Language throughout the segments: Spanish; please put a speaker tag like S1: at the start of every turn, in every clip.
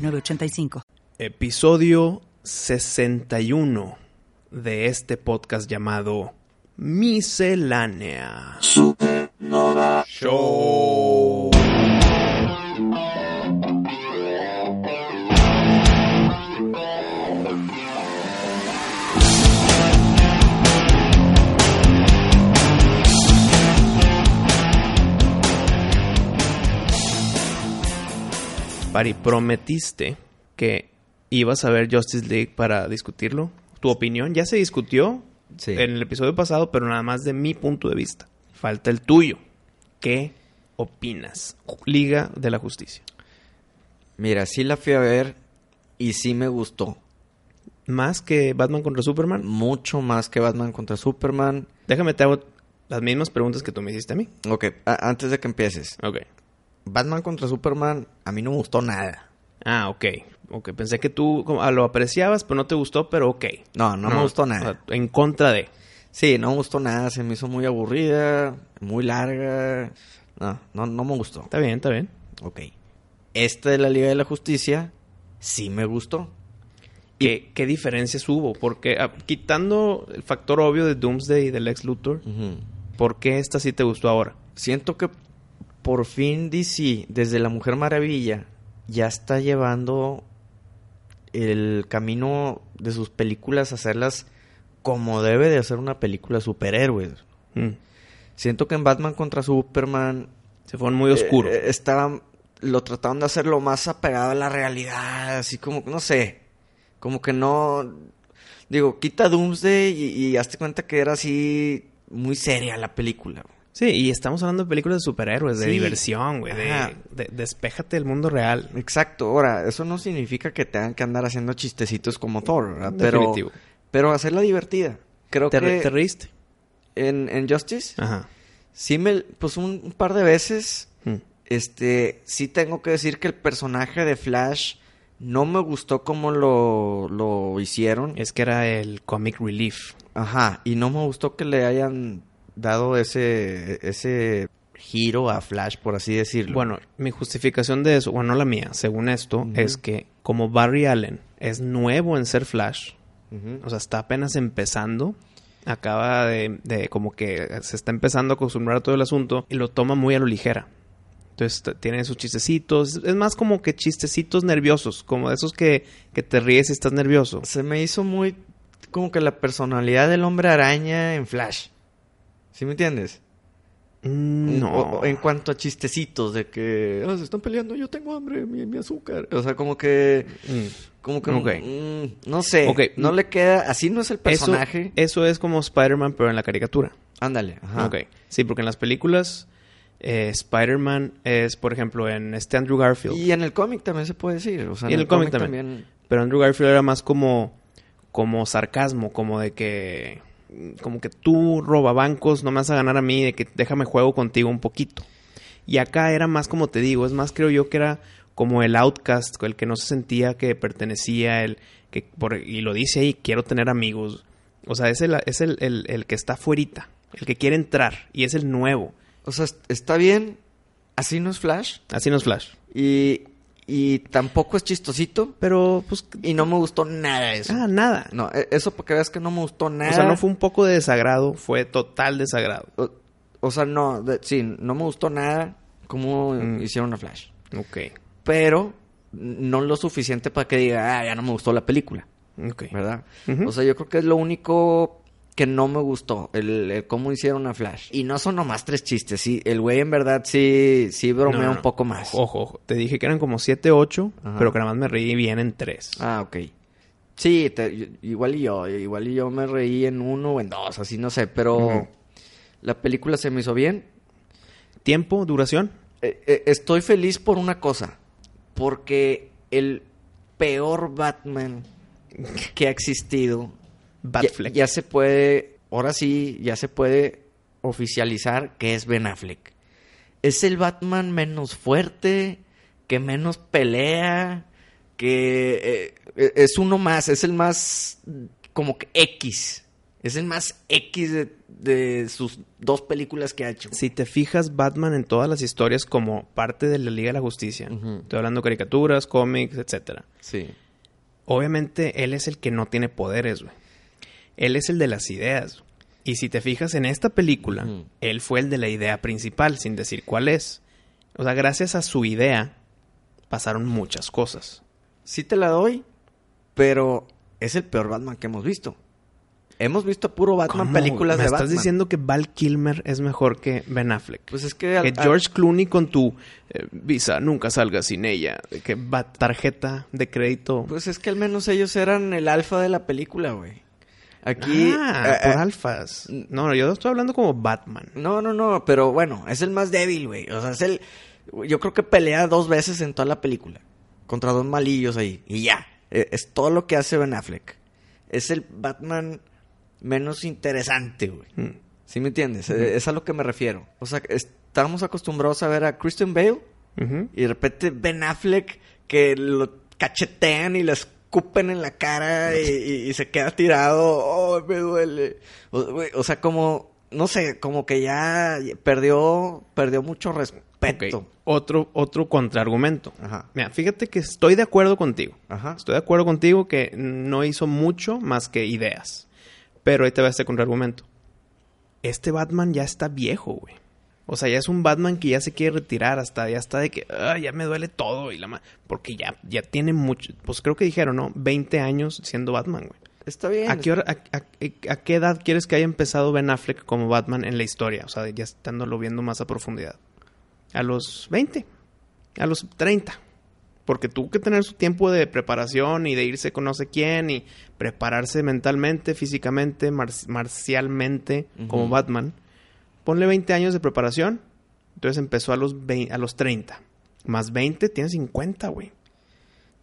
S1: 985.
S2: Episodio 61 de este podcast llamado Miscelánea
S3: Supernova
S2: Show. Pari, prometiste que ibas a ver Justice League para discutirlo. Tu opinión ya se discutió
S4: Sí.
S2: en el episodio pasado, pero nada más de mi punto de vista. Falta el tuyo. ¿Qué opinas? Liga de la Justicia.
S4: Mira, sí la fui a ver y sí me gustó.
S2: Más que Batman contra Superman.
S4: Mucho más que Batman contra Superman.
S2: Déjame te hago las mismas preguntas que tú me hiciste a mí.
S4: Ok, a- antes de que empieces.
S2: Ok.
S4: Batman contra Superman a mí no me gustó nada.
S2: Ah, ok. Ok, pensé que tú como, ah, lo apreciabas, pero no te gustó, pero ok.
S4: No, no, me gustó nada.
S2: o sea, en contra de.
S4: Sí, no me gustó nada. Se me hizo muy aburrida, muy larga. No, no, no me gustó.
S2: Está bien, está bien.
S4: Ok. Esta de la Liga de la Justicia sí me gustó.
S2: ¿Qué, qué diferencias hubo? Porque ah, quitando el factor obvio de Doomsday y del ex Luthor,
S4: Ujú.
S2: ¿por qué esta sí te gustó ahora?
S4: Siento que por fin DC, desde La Mujer Maravilla, ya está llevando el camino de sus películas a hacerlas como debe de hacer una película de superhéroes.
S2: Mm.
S4: Siento que en Batman contra Superman
S2: Se fueron muy oscuros.
S4: eh, estaban lo trataban de hacer lo más apegado a la realidad, así como no sé, como que no digo, quita Doomsday y, y hazte cuenta que era así muy seria la película.
S2: sí, y estamos hablando de películas de superhéroes, de
S4: Sí.
S2: diversión, güey. De,
S4: Ajá.
S2: de- despéjate del mundo real.
S4: Exacto, ahora, eso no significa que tengan que andar haciendo chistecitos como Thor, ¿verdad? Pero,
S2: Definitivo.
S4: pero hacerla divertida. Creo
S2: ¿Te, re-
S4: que
S2: te reíste?
S4: en, en Justice,
S2: Ajá.
S4: sí me, pues un, un par de veces,
S2: Mm.
S4: este, sí tengo que decir que el personaje de Flash no me gustó como lo, lo hicieron.
S2: Es que era el comic relief.
S4: Ajá, y no me gustó que le hayan dado ese, ese giro a Flash, por así decirlo.
S2: Bueno, mi justificación de eso, bueno, no la mía, según esto, es que como Barry Allen es nuevo en ser Flash,
S4: Ujú.
S2: o sea, está apenas empezando, acaba de, de como que se está empezando a acostumbrar a todo el asunto y lo toma muy a lo ligera. Entonces t- tiene sus chistecitos, es más como que chistecitos nerviosos, como de esos que, que te ríes y estás nervioso.
S4: Se me hizo muy como que la personalidad del hombre araña en Flash. ¿Sí me entiendes?
S2: Mm,
S4: O-
S2: No,
S4: o en cuanto a chistecitos de que "Ah, se están peleando, yo tengo hambre, mi, mi azúcar. O sea, como que
S2: Mm.
S4: como que
S2: Ok.
S4: mm, no sé,
S2: Ok.
S4: no le queda, así no es el
S2: eso,
S4: personaje.
S2: eso es como Spider-Man, pero en la caricatura.
S4: Ándale, ajá.
S2: Ok. Sí, porque en las películas eh, Spider-Man es, por ejemplo, en este Andrew Garfield.
S4: Y en el cómic también se puede decir, o sea,
S2: Y en el cómic también. Pero Andrew Garfield era más como, como sarcasmo, como de que... Como que tú robabancos, no me vas a ganar a mí, de que déjame juego contigo un poquito. Y acá era más como te digo, es más creo yo que era como el outcast, el que no se sentía que pertenecía, el que por, y lo dice ahí, quiero tener amigos. O sea, es el, es el, el- el que está fuerita, el que quiere entrar, y es el nuevo.
S4: O sea, est- está bien, así no es Flash
S2: Así nos Flash.
S4: y y tampoco es chistosito
S2: Pero, pues.
S4: y no me gustó nada eso.
S2: Ah, nada.
S4: No, e- eso porque veas que no me gustó nada.
S2: O sea, no fue un poco de desagrado, fue total desagrado.
S4: O, o sea, no, de- sí, no me gustó nada cómo
S2: Mm.
S4: hicieron a Flash.
S2: Ok.
S4: Pero no lo suficiente para que diga, ah, ya no me gustó la película,
S2: Ok.
S4: ¿verdad?
S2: Ujú.
S4: O sea, yo creo que es lo único que no me gustó, el, el cómo hicieron a Flash. Y no son nomás tres chistes, sí, el güey en verdad sí, sí
S2: No,
S4: bromea
S2: no,
S4: un
S2: no.
S4: poco más.
S2: Ojo, ojo. Te dije que eran como 7, 8,
S4: Ajá.
S2: pero que nada más me reí bien en 3.
S4: Ah, ok. Sí, te- igual y yo, igual y yo me reí en uno o en dos, así no sé, pero
S2: Ujú.
S4: la película se me hizo bien,
S2: ¿Tiempo? ¿Duración?
S4: Eh, eh, estoy feliz por una cosa, porque el peor Batman que ha existido.
S2: Batfleck.
S4: Ya, ya se puede, ahora sí, ya se puede oficializar que es Ben Affleck. Es el Batman menos fuerte, que menos pelea, que eh, es uno más, es el más como que X. Es el más X de, de sus dos películas que ha hecho.
S2: Si te fijas, Batman en todas las historias como parte de la Liga de la Justicia.
S4: Ujú.
S2: Estoy hablando de caricaturas, cómics, etcétera.
S4: Sí.
S2: Obviamente, él es el que no tiene poderes, güey. Él es el de las ideas. Y si te fijas en esta película,
S4: Ujú.
S2: él fue el de la idea principal, sin decir cuál es. O sea, gracias a su idea, pasaron muchas cosas.
S4: Sí te la doy, pero es el peor Batman que hemos visto. Hemos visto puro Batman
S2: ¿Cómo,
S4: películas
S2: güey?
S4: de
S2: ¿Me
S4: Batman.
S2: estás diciendo que Val Kilmer es mejor que Ben Affleck?
S4: Pues es que... al-
S2: que George Clooney con tu eh, visa nunca salga sin ella. de Que va tarjeta de crédito.
S4: al- pues es que al menos ellos eran el alfa de la película, güey. Aquí...
S2: Ah,
S4: eh,
S2: por
S4: eh,
S2: alfas. No, yo estoy hablando como Batman.
S4: no, no, no, pero bueno, es el más débil, güey. O sea, es el... Yo creo que pelea dos veces en toda la película. Contra dos malillos ahí. Y ya. Eh, Es todo lo que hace Ben Affleck. Es el Batman menos interesante, güey.
S2: Mm.
S4: ¿Sí me entiendes? Eh, Es a lo que me refiero. O sea, estamos acostumbrados a ver a Christian Bale
S2: Ujú.
S4: y de repente Ben Affleck que lo cachetean y le escupen en la cara y, y- y se queda tirado. ¡Oh, me duele! O, güey, o sea, como, no sé, como que ya perdió, perdió mucho respeto.
S2: Ok, Otro, otro contraargumento.
S4: Ajá.
S2: Mira, fíjate que estoy de acuerdo contigo.
S4: Ajá.
S2: Estoy de acuerdo contigo que no hizo mucho más que ideas. Pero ahí te va este contraargumento. Este Batman ya está viejo, güey. O sea, ya es un Batman que ya se quiere retirar hasta ya está de que "Ah, ya me duele todo y la ma-". porque ya ya tiene mucho, pues creo que dijeron, ¿no? 20 años siendo Batman, güey.
S4: Está bien.
S2: ¿A qué, hora- a- a- a qué edad quieres que haya empezado Ben Affleck como Batman en la historia? O sea, ya estándolo viendo más a profundidad. A los 20, a los 30. Porque tuvo que tener su tiempo de preparación y de irse con no sé quién y prepararse mentalmente, físicamente, mar- marcialmente como
S4: Ujú.
S2: Batman. Ponle 20 años de preparación. Entonces empezó a los, 20 a los 30. Más 20, tiene 50, güey.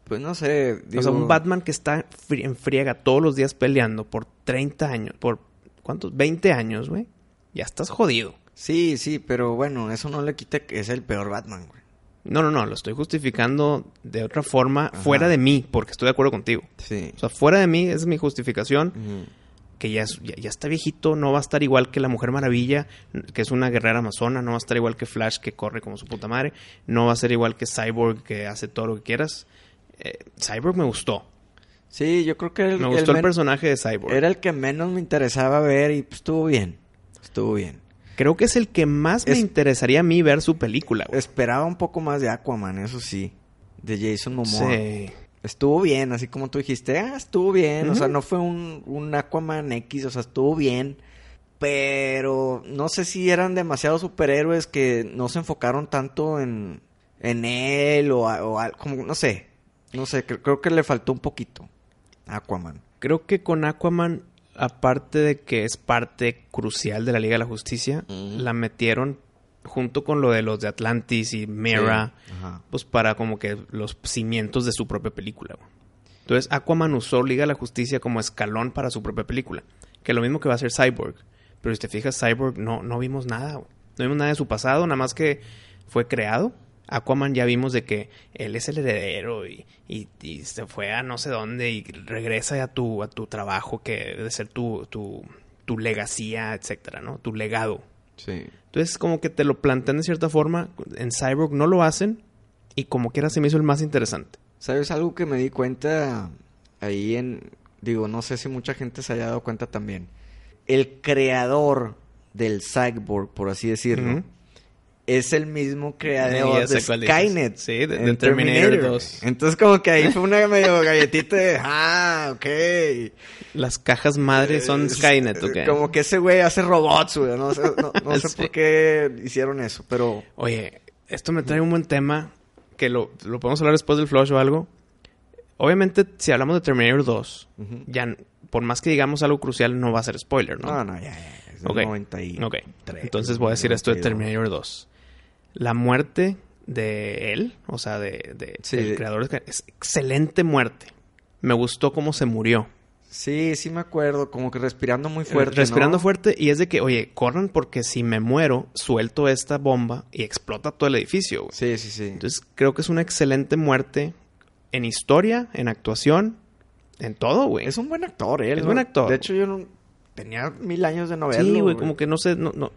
S4: Pues no sé.
S2: O sea,
S4: digo,
S2: un Batman que está fri- en friega todos los días peleando por 30 años, por ¿cuántos? 20 años, güey. Ya estás jodido.
S4: Sí, sí, pero bueno, eso no le quita que es el peor Batman, güey.
S2: No, no, no, lo estoy justificando de otra forma,
S4: Ajá.
S2: fuera de mí, porque estoy de acuerdo contigo.
S4: Sí.
S2: O sea, fuera de mí, esa es mi justificación, que ya, es- ya, ya está viejito, no va a estar igual que la Mujer Maravilla, que es una guerrera amazona, no va a estar igual que Flash, que corre como su puta madre, no va a ser igual que Cyborg, que hace todo lo que quieras. Eh, Cyborg me gustó.
S4: Sí, yo creo que el,
S2: Me gustó el,
S4: men-
S2: personaje de Cyborg.
S4: era el que menos me interesaba ver y pues, estuvo bien. Estuvo bien.
S2: Creo que es el que más me
S4: Es-
S2: interesaría a mí ver su película. güey.
S4: Esperaba un poco más de Aquaman, eso sí. De Jason Momoa.
S2: Sí.
S4: Estuvo bien, así como tú dijiste, ah, estuvo bien. O sea,
S2: Ujú.
S4: no fue un, un Aquaman X, o sea, estuvo bien. Pero no sé si eran demasiados superhéroes que no se enfocaron tanto en, en él o, a- o al- como, no sé. No sé, cre- creo que le faltó un poquito. Aquaman.
S2: Creo que con Aquaman, aparte de que es parte crucial de la Liga de la Justicia,
S4: Ujú.
S2: la metieron junto con lo de los de Atlantis y Mera,
S4: Sí, Ajá.
S2: pues para como que los cimientos de su propia película. güey. Entonces Aquaman usó Liga de la Justicia como escalón para su propia película, que lo mismo que va a ser Cyborg. Pero si te fijas, Cyborg no, no vimos nada, güey. no vimos nada de su pasado, nada más que fue creado. Aquaman ya vimos de que él es el heredero y, y- y se fue a no sé dónde y regresa a tu, a tu trabajo que debe ser tu, tu, tu legacía, etcétera, ¿no? Tu legado.
S4: Sí.
S2: Entonces, como que te lo plantean de cierta forma. En Cyborg no lo hacen. Y como quiera, se me hizo el más interesante.
S4: ¿Sabes algo que me di cuenta ahí en... Digo, no sé si mucha gente se haya dado cuenta también. El creador del cyborg, por así decirlo,
S2: Ujú.
S4: es el mismo
S2: Sí,
S4: creador
S2: ya
S4: de
S2: sé cuál dices.
S4: Skynet.
S2: Sí, de- de
S4: en
S2: Terminator 2.
S4: Entonces como que ahí fue una medio galletita de... Ah, ok.
S2: Las cajas madres son
S4: Eh,
S2: Skynet, ¿o qué?
S4: Como que ese güey hace robots, güey. No sé, no- no sé
S2: Sí.
S4: por qué hicieron eso, pero...
S2: Oye, esto me trae un buen tema. Que lo, lo podemos hablar después del Flash o algo. Obviamente, si hablamos de Terminator 2,
S4: Ujú.
S2: ya n- por más que digamos algo crucial, no va a ser spoiler, ¿no?
S4: Ah, No, no, ya, ya. Es del
S2: Ok.
S4: 93,
S2: Ok. Entonces voy a decir esto de
S4: 92.
S2: Terminator 2. La muerte de él, o sea, de, de
S4: Sí.
S2: del creador. de- Es excelente muerte. Me gustó cómo se murió.
S4: Sí, sí me acuerdo, como que respirando muy fuerte.
S2: Eh, Respirando
S4: ¿no?
S2: fuerte y es de que, oye, corran porque si me muero, suelto esta bomba y explota todo el edificio, güey.
S4: Sí, sí, sí.
S2: Entonces creo que es una excelente muerte en historia, en actuación, en todo, güey.
S4: es un buen actor, él.
S2: Es
S4: ¿no?
S2: buen actor.
S4: De hecho, yo no- tenía mil años de no verlo.
S2: Sí, güey, como que no sé, no, no,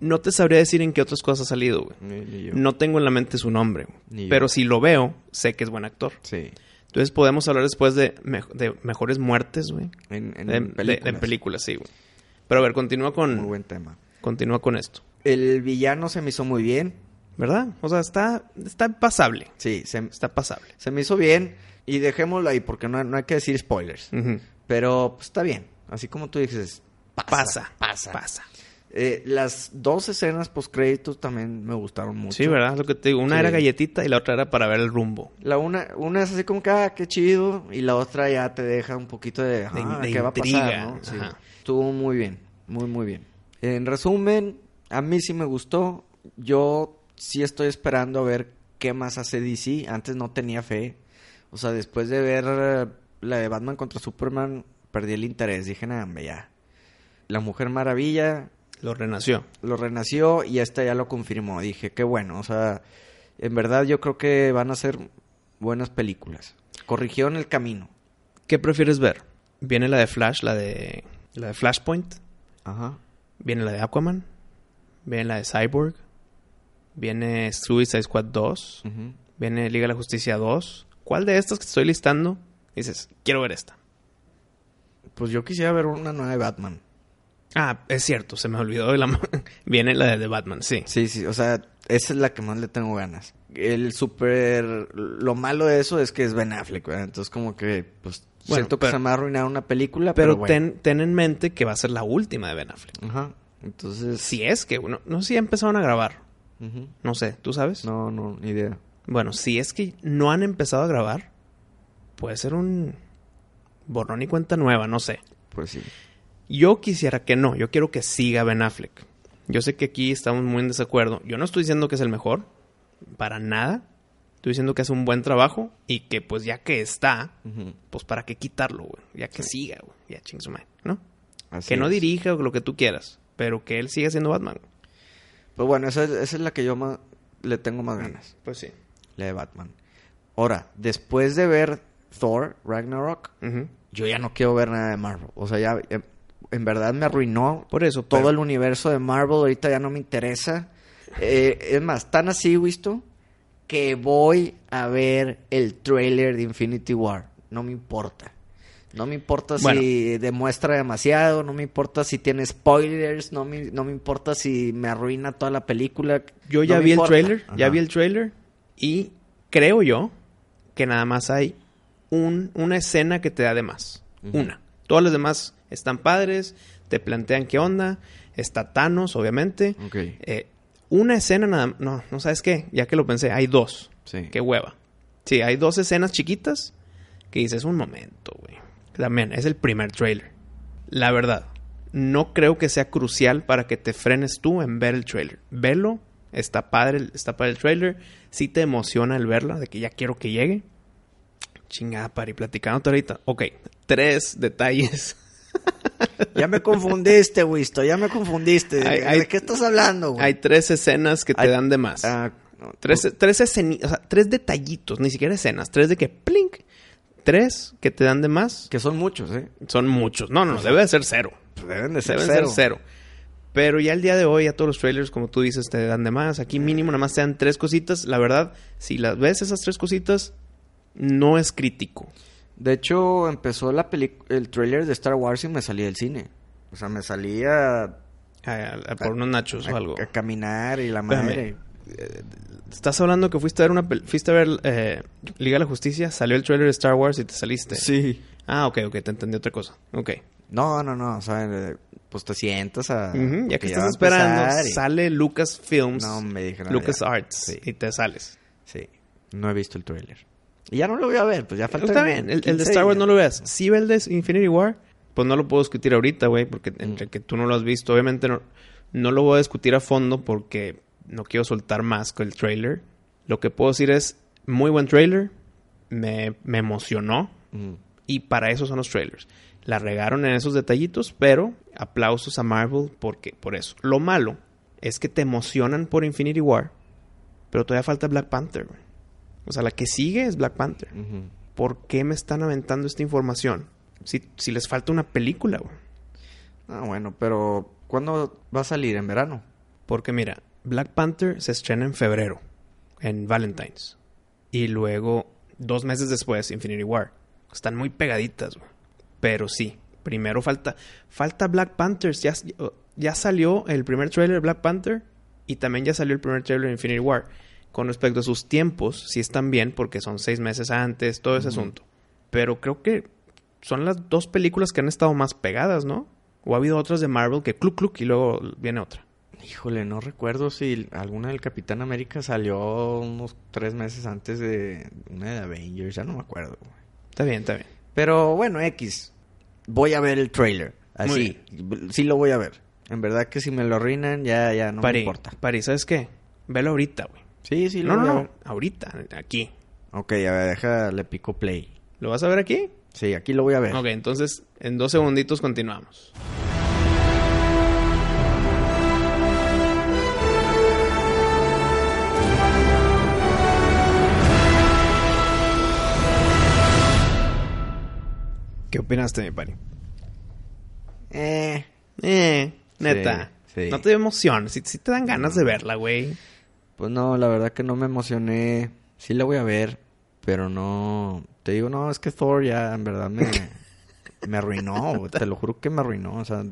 S2: no te sabría decir en qué otras cosas ha salido, güey.
S4: Ni, ni yo.
S2: No tengo en la mente su nombre, güey.
S4: Ni yo.
S2: pero si lo veo, sé que es buen actor.
S4: Sí.
S2: Entonces podemos hablar después de, mej- de mejores muertes, güey.
S4: En, en
S2: De- de- En, películas.
S4: películas.
S2: sí, güey. Pero a ver, continúa
S4: Muy
S2: con,
S4: buen tema.
S2: continúa con esto.
S4: El villano se me hizo muy bien.
S2: ¿Verdad? O sea, está, está pasable.
S4: Sí, se,
S2: Está pasable.
S4: se me hizo bien. Y dejémoslo ahí, porque no, no hay que decir spoilers.
S2: Ujú.
S4: Pero pues, está bien. Así como tú dices,
S2: Pasa,
S4: pasa.
S2: pasa, pasa.
S4: Eh, las dos escenas post créditos también me gustaron mucho.
S2: Sí, ¿verdad? Es Lo que te digo. Una
S4: Sí.
S2: era galletita y la otra era para ver el rumbo.
S4: La una, una es así como que, ah, qué chido, y la otra ya te deja un poquito de, ah,
S2: de
S4: ¿qué va a
S2: intriga,
S4: pasar? ¿no? Sí.
S2: ajá.
S4: Estuvo muy bien, muy, muy bien. En resumen, a mí sí me gustó. Yo sí estoy esperando a ver qué más hace DC. Antes no tenía fe. O sea, después de ver eh, la de Batman contra Superman, perdí el interés. Dije, nada, hombre, ya. La Mujer Maravilla,
S2: Lo renació.
S4: lo renació y esta ya lo confirmó. Dije, qué bueno, o sea, en verdad yo creo que van a ser buenas películas. Corrigieron el camino.
S2: ¿Qué prefieres ver? Viene la de Flash, la de, la de Flashpoint.
S4: Ajá.
S2: Viene la de Aquaman. Viene la de Cyborg. Viene Suicide Squad 2. Viene Liga de la Justicia 2. ¿Cuál de estas que te estoy listando dices, quiero ver esta?
S4: Pues yo quisiera ver una nueva de Batman.
S2: Ah, es cierto, se me olvidó. de La... Viene la de, de Batman, sí.
S4: Sí, sí, o sea, esa es la que más le tengo ganas. El super... Lo malo de eso es que es Ben Affleck, ¿verdad? Entonces como que, pues,
S2: Bueno,
S4: siento que
S2: pero-
S4: se me va a arruinar una película, pero,
S2: Pero
S4: bueno.
S2: ten, ten en mente que va a ser la última de Ben Affleck.
S4: Ajá. Entonces...
S2: Si es que, no, no sé si ya empezaron a grabar.
S4: Ujú.
S2: No sé, ¿tú sabes?
S4: No, no, ni idea.
S2: Bueno, si es que no han empezado a grabar, puede ser un borrón y cuenta nueva, no sé.
S4: Pues sí.
S2: Yo quisiera que no, yo quiero que siga Ben Affleck. Yo sé que aquí estamos muy en desacuerdo. Yo no estoy diciendo que es el mejor, para nada. Estoy diciendo que hace un buen trabajo y que pues ya que está,
S4: Ujú.
S2: pues para qué quitarlo, güey. Ya que siga, güey. Ya ching su madre, ¿no?
S4: Así
S2: que no
S4: es.
S2: dirija o lo que tú quieras, pero que él siga siendo Batman.
S4: Pues bueno, esa es, esa es la que yo más le tengo más ganas,
S2: Pues sí.
S4: la de Batman. Ahora, después de ver Thor, Ragnarok, yo ya no quiero ver nada de Marvel. O sea, ya eh, en verdad me arruinó
S2: Por eso,
S4: todo
S2: pero-
S4: el universo de Marvel, ahorita ya no me interesa. Eh, es más, tan así, visto, que voy a ver el trailer de Infinity War. No me importa. No me importa
S2: Bueno.
S4: si demuestra demasiado, no me importa si tiene spoilers, no me, no me importa si me arruina toda la película.
S2: Yo
S4: No
S2: ya
S4: me
S2: vi
S4: importa.
S2: el trailer, ya
S4: Ajá.
S2: vi el trailer y creo yo que nada más hay un, una escena que te da de más.
S4: Ujú.
S2: Una. Todas las demás están padres, te plantean qué onda, está Thanos, obviamente.
S4: Ok,
S2: Eh, una escena nada no, no sabes qué, ya que lo pensé, hay dos.
S4: sí.
S2: Qué hueva. Sí, hay dos escenas chiquitas que dices, un momento, güey. También, es el primer trailer. La verdad, no creo que sea crucial para que te frenes tú en ver el trailer. Velo, está padre, el- está padre el trailer. Sí te emociona el verla, de que ya quiero que llegue. Chingada, pari, platicándote ahorita. Ok, tres detalles.
S4: Ya me confundiste, Wisto, ya me confundiste. ¿De,
S2: Hay-
S4: de
S2: hay-
S4: qué estás hablando, güey?
S2: Hay tres escenas que te
S4: Ay,
S2: dan de más.
S4: Ah, no,
S2: Tres, tres esceni- o sea, tres detallitos, ni siquiera escenas. Tres de que plink. Tres que te dan de más.
S4: Que son muchos, ¿eh?
S2: Son muchos. No, no, no, debe de ser cero.
S4: Deben de
S2: Debe ser cero. Pero ya el día de hoy, a todos los trailers, como tú dices, te dan de más. Aquí mínimo nada más te dan tres cositas. La verdad, si las ves esas tres cositas, no es crítico.
S4: De hecho, empezó la peli- el tráiler de Star Wars y me salí del cine. O sea, me salí a,
S2: A- a- por unos nachos o
S4: a-
S2: Pues algo. Eh,
S4: a caminar y la madre.
S2: Estás hablando que fuiste a ver una pel- fuiste a ver eh, Liga de la Justicia, salió el trailer de Star Wars y te saliste.
S4: Sí.
S2: Ah, ok, ok, te entendí otra cosa. Ok.
S4: No, no, no, o sea, eh, pues te sientas a...
S2: Ujú, ya
S4: porque
S2: que
S4: va
S2: estás
S4: a
S2: esperando,
S4: empezar y-
S2: sale Lucas Films,
S4: No, me dijeron.
S2: Lucas
S4: ya.
S2: Arts
S4: Sí.
S2: y te sales.
S4: Sí, no he visto el tráiler. Y ya no lo voy a ver, pues ya falta...
S2: Está bien, el, el de
S4: 15
S2: Star Wars no
S4: días.
S2: lo veas. Si ve el de Infinity War, pues no lo puedo discutir ahorita, güey, porque entre que tú no lo has visto, obviamente no, no lo voy a discutir a fondo porque no quiero soltar más con el trailer. Lo que puedo decir es, muy buen trailer, me, me emocionó
S4: Ujú.
S2: y para eso son los trailers. La regaron en esos detallitos, pero aplausos a Marvel porque, por eso. Lo malo es que te emocionan por Infinity War, pero todavía falta Black Panther. güey. O sea, la que sigue es Black Panther.
S4: Ujú.
S2: ¿Por qué me están aventando esta información? Si, si les falta una película, güey.
S4: Ah, bueno, pero ¿cuándo va a salir? ¿En verano?
S2: Porque mira, Black Panther se estrena en febrero, en Valentine's. Y luego, dos meses después, Infinity War. Están muy pegaditas, güey. Pero sí, primero falta, falta Black Panthers. Ya, ya salió el primer trailer de Black Panther y también ya salió el primer trailer de Infinity War. Con respecto a sus tiempos, sí están bien porque son seis meses antes, todo ese
S4: Ujú.
S2: asunto. Pero creo que son las dos películas que han estado más pegadas, ¿no? O ha habido otras de Marvel que cluc, cluc y luego viene otra.
S4: Híjole, no recuerdo si alguna del Capitán América salió unos tres meses antes de una de Avengers, ya no me acuerdo. güey.
S2: Está bien, está bien.
S4: Pero bueno, X, voy a ver el trailer. Así, sí lo voy a ver. En verdad que si me lo arruinan, ya, ya no
S2: Pari,
S4: me importa.
S2: Pari, ¿sabes qué? Velo ahorita, güey.
S4: Sí, sí, lo
S2: No, no,
S4: voy a
S2: no.
S4: ver.
S2: Ahorita, aquí.
S4: Ok, a ver, deja, le pico play.
S2: ¿Lo vas a ver aquí?
S4: Sí, aquí lo voy a ver.
S2: Ok, entonces en dos segunditos continuamos. ¿Qué opinaste, mi pari?
S4: Eh,
S2: Eh, neta.
S4: sí.
S2: No te dio emoción. Si, te dan ganas de verla, güey.
S4: Pues no, la verdad que no me emocioné. Sí la voy a ver, pero no. Te digo, no, es que Thor ya en verdad me, me arruinó. Te lo juro que me arruinó. O sea,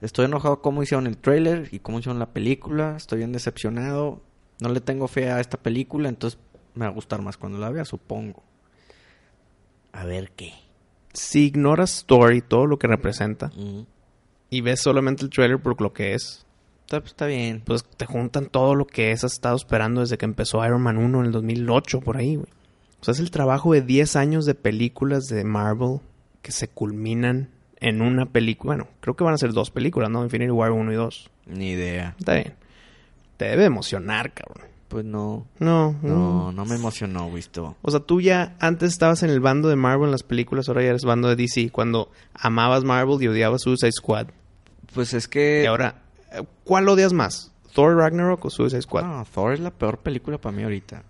S4: estoy enojado cómo hicieron el trailer y cómo hicieron la película. Estoy bien decepcionado. No le tengo fe a esta película, entonces me va a gustar más cuando la vea, supongo. A ver qué.
S2: Si ignoras Story, todo lo que representa,
S4: Mm.
S2: y ves solamente el trailer por lo que es,
S4: Está, pues, está bien.
S2: pues te juntan todo lo que has estado esperando desde que empezó Iron Man 1 en el 2008, por ahí, güey. O sea, es el trabajo de 10 años de películas de Marvel que se culminan en una película. Bueno, creo que van a ser dos películas, ¿no? Infinity War 1 y 2.
S4: Ni idea.
S2: Está bien. Te debe emocionar, cabrón.
S4: Pues no.
S2: No,
S4: No, no me emocionó, visto.
S2: O sea, tú ya antes estabas en el bando de Marvel en las películas, ahora ya eres bando de DC. Cuando amabas Marvel y odiabas Suicide Squad.
S4: Pues es que.
S2: Y ahora, eh, ¿cuál odias más? ¿Thor Ragnarok o Suicide Squad?
S4: No, Thor es la peor película para mí ahorita.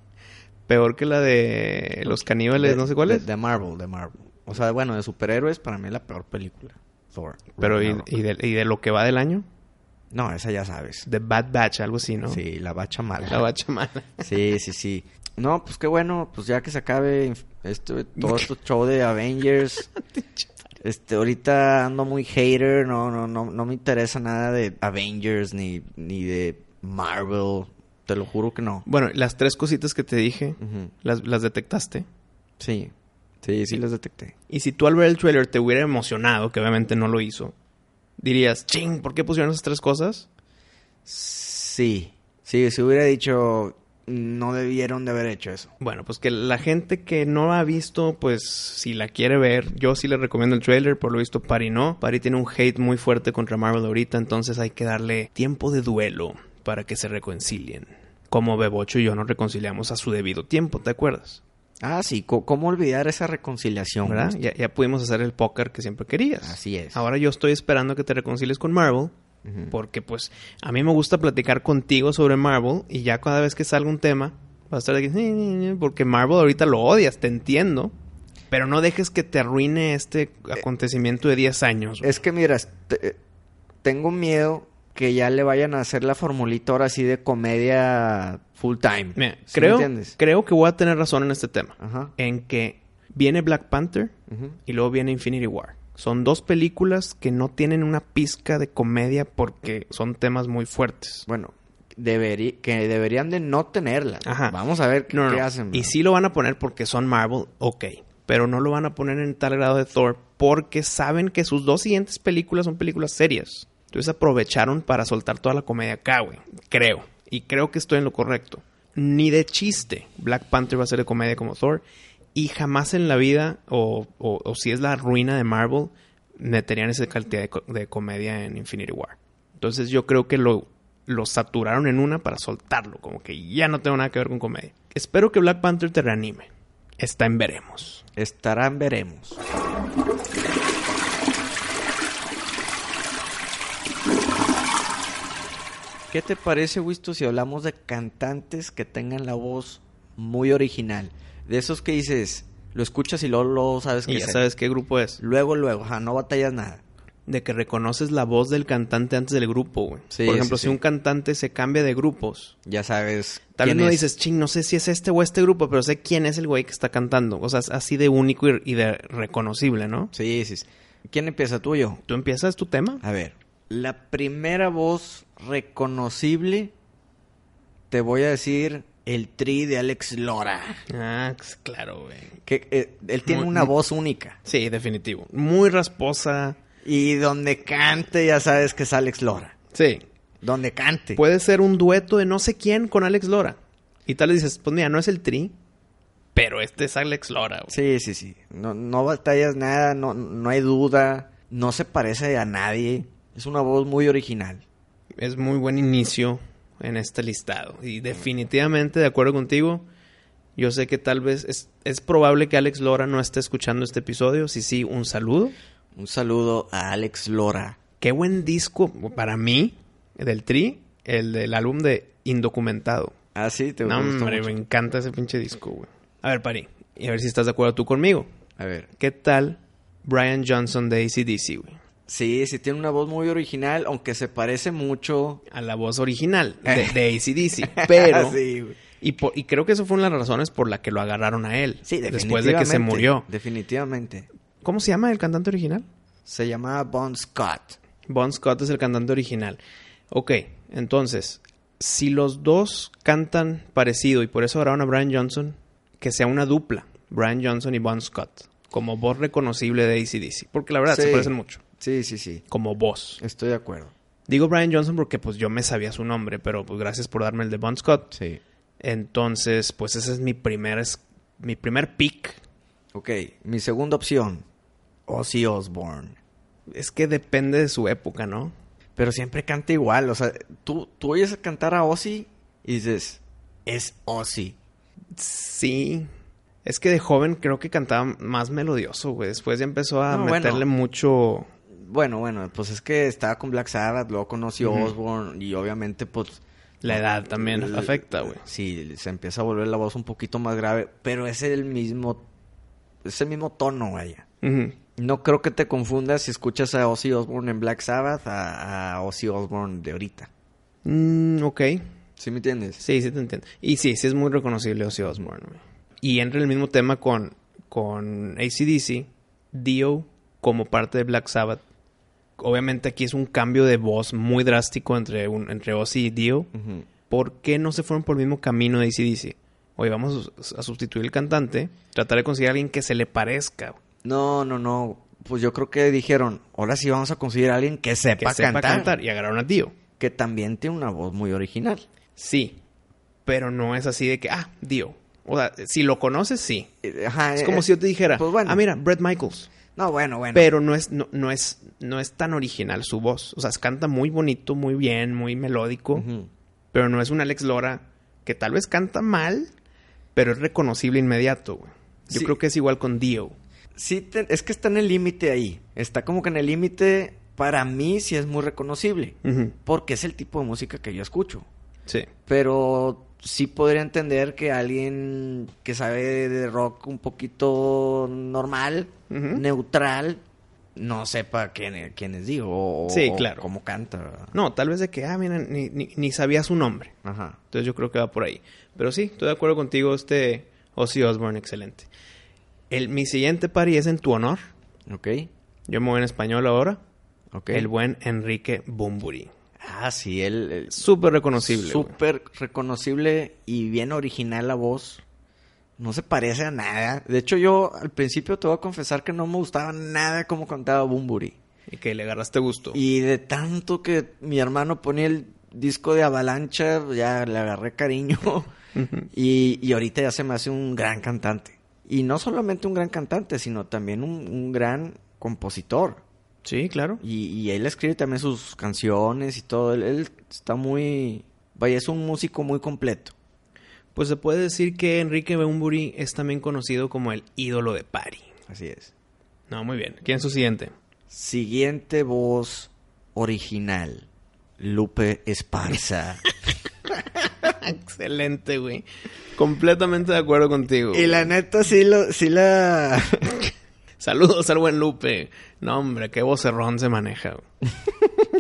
S2: Peor que la de los caníbales,
S4: De-
S2: no sé cuál
S4: de-
S2: es.
S4: De, Marvel, de Marvel. O sea, bueno, de superhéroes para mí es la peor película. Thor.
S2: Pero y,
S4: Ragnarok.
S2: y de, y de lo que va del año,
S4: No, esa ya sabes.
S2: The Bad Batch, algo así, ¿no?
S4: Sí, la bacha mala.
S2: La bacha mala.
S4: Sí, sí, sí. No, pues qué bueno, pues ya que se acabe inf- este, todo este show de Avengers. Este, ahorita ando muy hater, no, no, no, no me interesa nada de Avengers ni, ni de Marvel. Te lo juro que no.
S2: Bueno, las tres cositas que te dije,
S4: Ujú.
S2: las, las detectaste.
S4: Sí, sí, sí las detecté.
S2: Y si tú al ver el trailer te hubiera emocionado, que obviamente no lo hizo, dirías, ching, ¿por qué pusieron esas tres cosas?
S4: Sí, sí, si hubiera dicho, no debieron de haber hecho eso.
S2: Bueno, pues que la gente que no ha visto, pues si la quiere ver, yo sí le recomiendo el trailer, por lo visto Pari no. Pari tiene un hate muy fuerte contra Marvel ahorita, entonces hay que darle tiempo de duelo para que se reconcilien. Como Bebocho y yo nos reconciliamos a su debido tiempo, ¿te acuerdas?
S4: Ah, sí, co- ¿cómo olvidar esa reconciliación?
S2: ¿Verdad?
S4: Gusto?
S2: Ya, ya pudimos hacer el póker que siempre querías.
S4: pues, Así es.
S2: Ahora yo estoy esperando que te reconcilies con Marvel.
S4: Ujú.
S2: Porque pues a mí me gusta platicar contigo sobre Marvel y ya cada vez que salga un tema vas a estar de que, "Ni, ni, ni", porque Marvel ahorita lo odias, te entiendo, pero no dejes que te arruine este acontecimiento de 10 años. güey.
S4: Es que mira, te- eh, tengo miedo que ya le vayan a hacer la formulita ahora sí de comedia full time.
S2: Mira,
S4: ¿Sí me
S2: creo,
S4: entiendes?
S2: creo que voy a tener razón en este tema,
S4: Ajá.
S2: en que viene Black Panther
S4: ujú.
S2: y luego viene Infinity War. Son dos películas que no tienen una pizca de comedia porque son temas muy fuertes.
S4: Bueno, deberí- que deberían de no tenerla.
S2: Ajá.
S4: Vamos a ver qué,
S2: No, no,
S4: qué
S2: no.
S4: hacen.
S2: Y
S4: ¿verdad?
S2: sí lo van a poner porque son Marvel, ok. Pero no lo van a poner en tal grado de Thor porque saben que sus dos siguientes películas son películas serias. Entonces aprovecharon para soltar toda la comedia acá, güey. Creo. Y creo que estoy en lo correcto. Ni de chiste Black Panther va a ser de comedia como Thor. Y jamás en la vida, o, o- o si es la ruina de Marvel, meterían esa cantidad de, co- de comedia en Infinity War. Entonces yo creo que lo, lo saturaron en una para soltarlo. Como que ya no tengo nada que ver con comedia. Espero que Black Panther te reanime. Está en veremos.
S4: Estarán, veremos. ¿Qué te parece, Wisto, si hablamos de cantantes que tengan la voz muy original? De esos que dices, lo escuchas y luego, luego sabes que
S2: Y ya sabes qué grupo es.
S4: Luego, luego, ajá, no batallas nada.
S2: de que reconoces la voz del cantante antes del grupo, güey.
S4: Sí,
S2: Por ejemplo,
S4: sí,
S2: si
S4: sí.
S2: un cantante se cambia de grupos,
S4: Ya sabes.
S2: tal vez
S4: quién
S2: no
S4: es.
S2: dices, ching, no sé si es este o este grupo, pero sé quién es el güey que está cantando. O sea, es así de único y, y de reconocible, ¿no?
S4: Sí, sí. sí. ¿Quién empieza, tú o yo?
S2: ¿Tú empiezas tu tema?
S4: A ver, la primera voz reconocible, te voy a decir el tri de Alex Lora.
S2: Ah, pues, claro, güey.
S4: Que eh, él tiene
S2: Muy-
S4: una
S2: muy-
S4: voz única.
S2: Sí, definitivo. Muy rasposa.
S4: Y donde cante, ya sabes que es Alex Lora.
S2: Sí.
S4: Donde cante.
S2: Puede ser un dueto de no sé quién con Alex Lora. Y tal vez dices, pues mira, no es el tri, pero este es Alex Lora, güey.
S4: Sí, sí, sí. No, no batallas nada, no, no hay duda. No se parece a nadie. Es una voz muy original.
S2: es muy buen inicio en este listado. Y definitivamente, de acuerdo contigo, yo sé que tal vez es, es probable que Alex Lora no esté escuchando este episodio. Si sí, un saludo.
S4: Un saludo a Alex Lora.
S2: Qué buen disco para mí del Tri, el del álbum de Indocumentado.
S4: Ah, sí, te
S2: No,
S4: gustó
S2: hombre,
S4: mucho.
S2: me encanta ese pinche disco, güey. A ver, Pari, y a ver si estás de acuerdo tú conmigo.
S4: A ver.
S2: ¿Qué tal Brian Johnson de ACDC, güey?
S4: Sí, sí, tiene una voz muy original, aunque se parece mucho.
S2: A la voz original de, de ACDC. Pero
S4: sí, güey.
S2: Y, por- y creo que eso fue una de las razones por la que lo agarraron a él.
S4: Sí,
S2: Después de que se
S4: definitivamente,
S2: murió.
S4: Definitivamente.
S2: ¿Cómo se llama el cantante original?
S4: Se llamaba Bon Scott.
S2: Bon Scott es el cantante original. Ok, entonces, si los dos cantan parecido y por eso agarraron a Brian Johnson, que sea una dupla, Brian Johnson y Bon Scott, como voz reconocible de ACDC. Porque la verdad
S4: Sí.
S2: se parecen mucho,
S4: Sí, sí, sí.
S2: como voz.
S4: Estoy de acuerdo.
S2: Digo Brian Johnson porque pues yo me sabía su nombre, pero pues gracias por darme el de Bon Scott.
S4: Sí.
S2: Entonces, pues ese es mi primer, es- mi primer pick
S4: Ok, mi segunda opción. Ozzy Osbourne.
S2: Es que depende de su época, ¿no?
S4: Pero siempre canta igual. O sea, tú, tú oyes cantar a Ozzy y dices, es Ozzy.
S2: Sí. Es que de joven creo que cantaba más melodioso, güey. Después ya empezó a
S4: No, bueno.
S2: meterle mucho.
S4: Bueno, bueno, pues es que estaba con Black Sabbath, luego con Ozzy
S2: Ujú.
S4: Osbourne y obviamente pues...
S2: La edad también
S4: l-
S2: afecta, güey.
S4: Sí, se empieza a volver la voz un poquito más grave, pero es el mismo... Es el mismo tono, vaya.
S2: Ujú.
S4: No creo que te confundas si escuchas a Ozzy Osbourne en Black Sabbath a, a Ozzy Osbourne de ahorita.
S2: Mm, ok.
S4: ¿Sí me entiendes?
S2: Sí, sí te entiendo. Y sí, sí es muy reconocible Ozzy Osbourne, güey. Y entra el mismo tema con, con ACDC, Dio como parte de Black Sabbath. Obviamente aquí es un cambio de voz muy drástico entre, un, entre Ozzy y Dio.
S4: Ujú.
S2: ¿por qué no se fueron por el mismo camino de ACDC? Oye, vamos a sustituir el cantante, tratar de conseguir a alguien que se le parezca,
S4: No, no, no. Pues yo creo que dijeron, ahora sí vamos a conseguir a alguien que sepa,
S2: que sepa
S4: cantar,
S2: cantar. Y agarraron a Dio.
S4: Que también tiene una voz muy original.
S2: Sí, pero no es así de que, ah, Dio. O sea, si lo conoces, sí.
S4: Eh, Ajá,
S2: Es
S4: eh,
S2: como si yo te dijera,
S4: pues bueno.
S2: ah, mira, Brett Michaels.
S4: No, bueno, bueno.
S2: Pero no es, no, no es, no es tan original su voz. O sea, canta muy bonito, muy bien, muy melódico.
S4: Ujú.
S2: Pero no es un Alex Lora que tal vez canta mal, pero es reconocible inmediato, güey. Yo
S4: Sí.
S2: creo que es igual con Dio.
S4: Sí, te- es que está en el límite ahí. Está como que en el límite, para mí sí es muy reconocible.
S2: Ujú.
S4: Porque es el tipo de música que yo escucho.
S2: Sí.
S4: Pero sí podría entender que alguien que sabe de rock un poquito normal,
S2: Ujú.
S4: neutral, no sepa quién, quién es Dio o,
S2: Sí,
S4: o
S2: claro.
S4: cómo canta. ¿verdad?
S2: No, tal vez de que, ah, mira, ni, ni, ni sabía su nombre.
S4: Ajá.
S2: Entonces yo creo que va por ahí. Pero sí, estoy de acuerdo contigo, este Ozzy Osbourne, excelente. El, mi siguiente pari es en tu honor.
S4: Ok.
S2: Yo me voy en español ahora.
S4: Ok.
S2: El buen Enrique Bumburi.
S4: Ah, sí, él. él-
S2: Súper reconocible. güey.
S4: Súper reconocible y bien original la voz. No se parece a nada. De hecho, yo al principio te voy a confesar que no me gustaba nada cómo cantaba Bumburi.
S2: Y que le agarraste gusto.
S4: Y de tanto que mi hermano ponía el disco de Avalancha, ya le agarré cariño.
S2: Ujú.
S4: y, y ahorita ya se me hace un gran cantante. Y no solamente un gran cantante, sino también un, un gran compositor.
S2: Sí, claro.
S4: Y, y él escribe también sus canciones y todo. Él, él está muy... Vaya, es un músico muy completo.
S2: Pues se puede decir que Enrique Bunbury es también conocido como el ídolo de Pari.
S4: Así es.
S2: No, muy bien. ¿Quién es su siguiente?
S4: Siguiente voz original. Lupe Esparza.
S2: Excelente, güey. Completamente de acuerdo contigo.
S4: y la neta sí, lo, sí la...
S2: Saludos al buen Lupe. No, hombre, qué vocerrón se maneja. güey.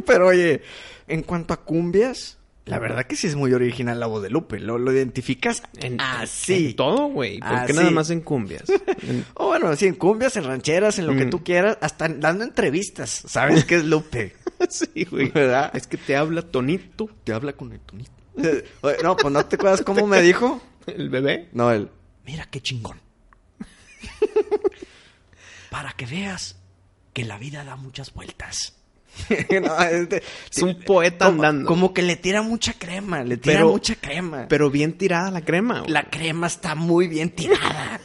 S4: Pero oye, en cuanto a cumbias, la verdad que sí es muy original la voz de Lupe. Lo, lo identificas
S2: En,
S4: así.
S2: en todo, güey. ¿Por
S4: Ah,
S2: qué nada
S4: sí.
S2: más en cumbias? En-
S4: O bueno, sí, en cumbias, en rancheras, en lo que
S2: Mm.
S4: tú quieras, hasta dando entrevistas. Sabes que es Lupe.
S2: sí, güey.
S4: ¿Verdad?
S2: Es que te habla Tonito,
S4: Te habla con el tonito. Oye, no, pues no te acuerdas cómo me dijo.
S2: el bebé.
S4: No, él. Mira qué chingón. Para que veas que la vida da muchas vueltas. No, este-
S2: Es un poeta
S4: como,
S2: andando.
S4: Como que le tira mucha crema, le tira
S2: Pero-
S4: mucha crema.
S2: Pero bien tirada la crema. güey.
S4: La crema está muy bien tirada.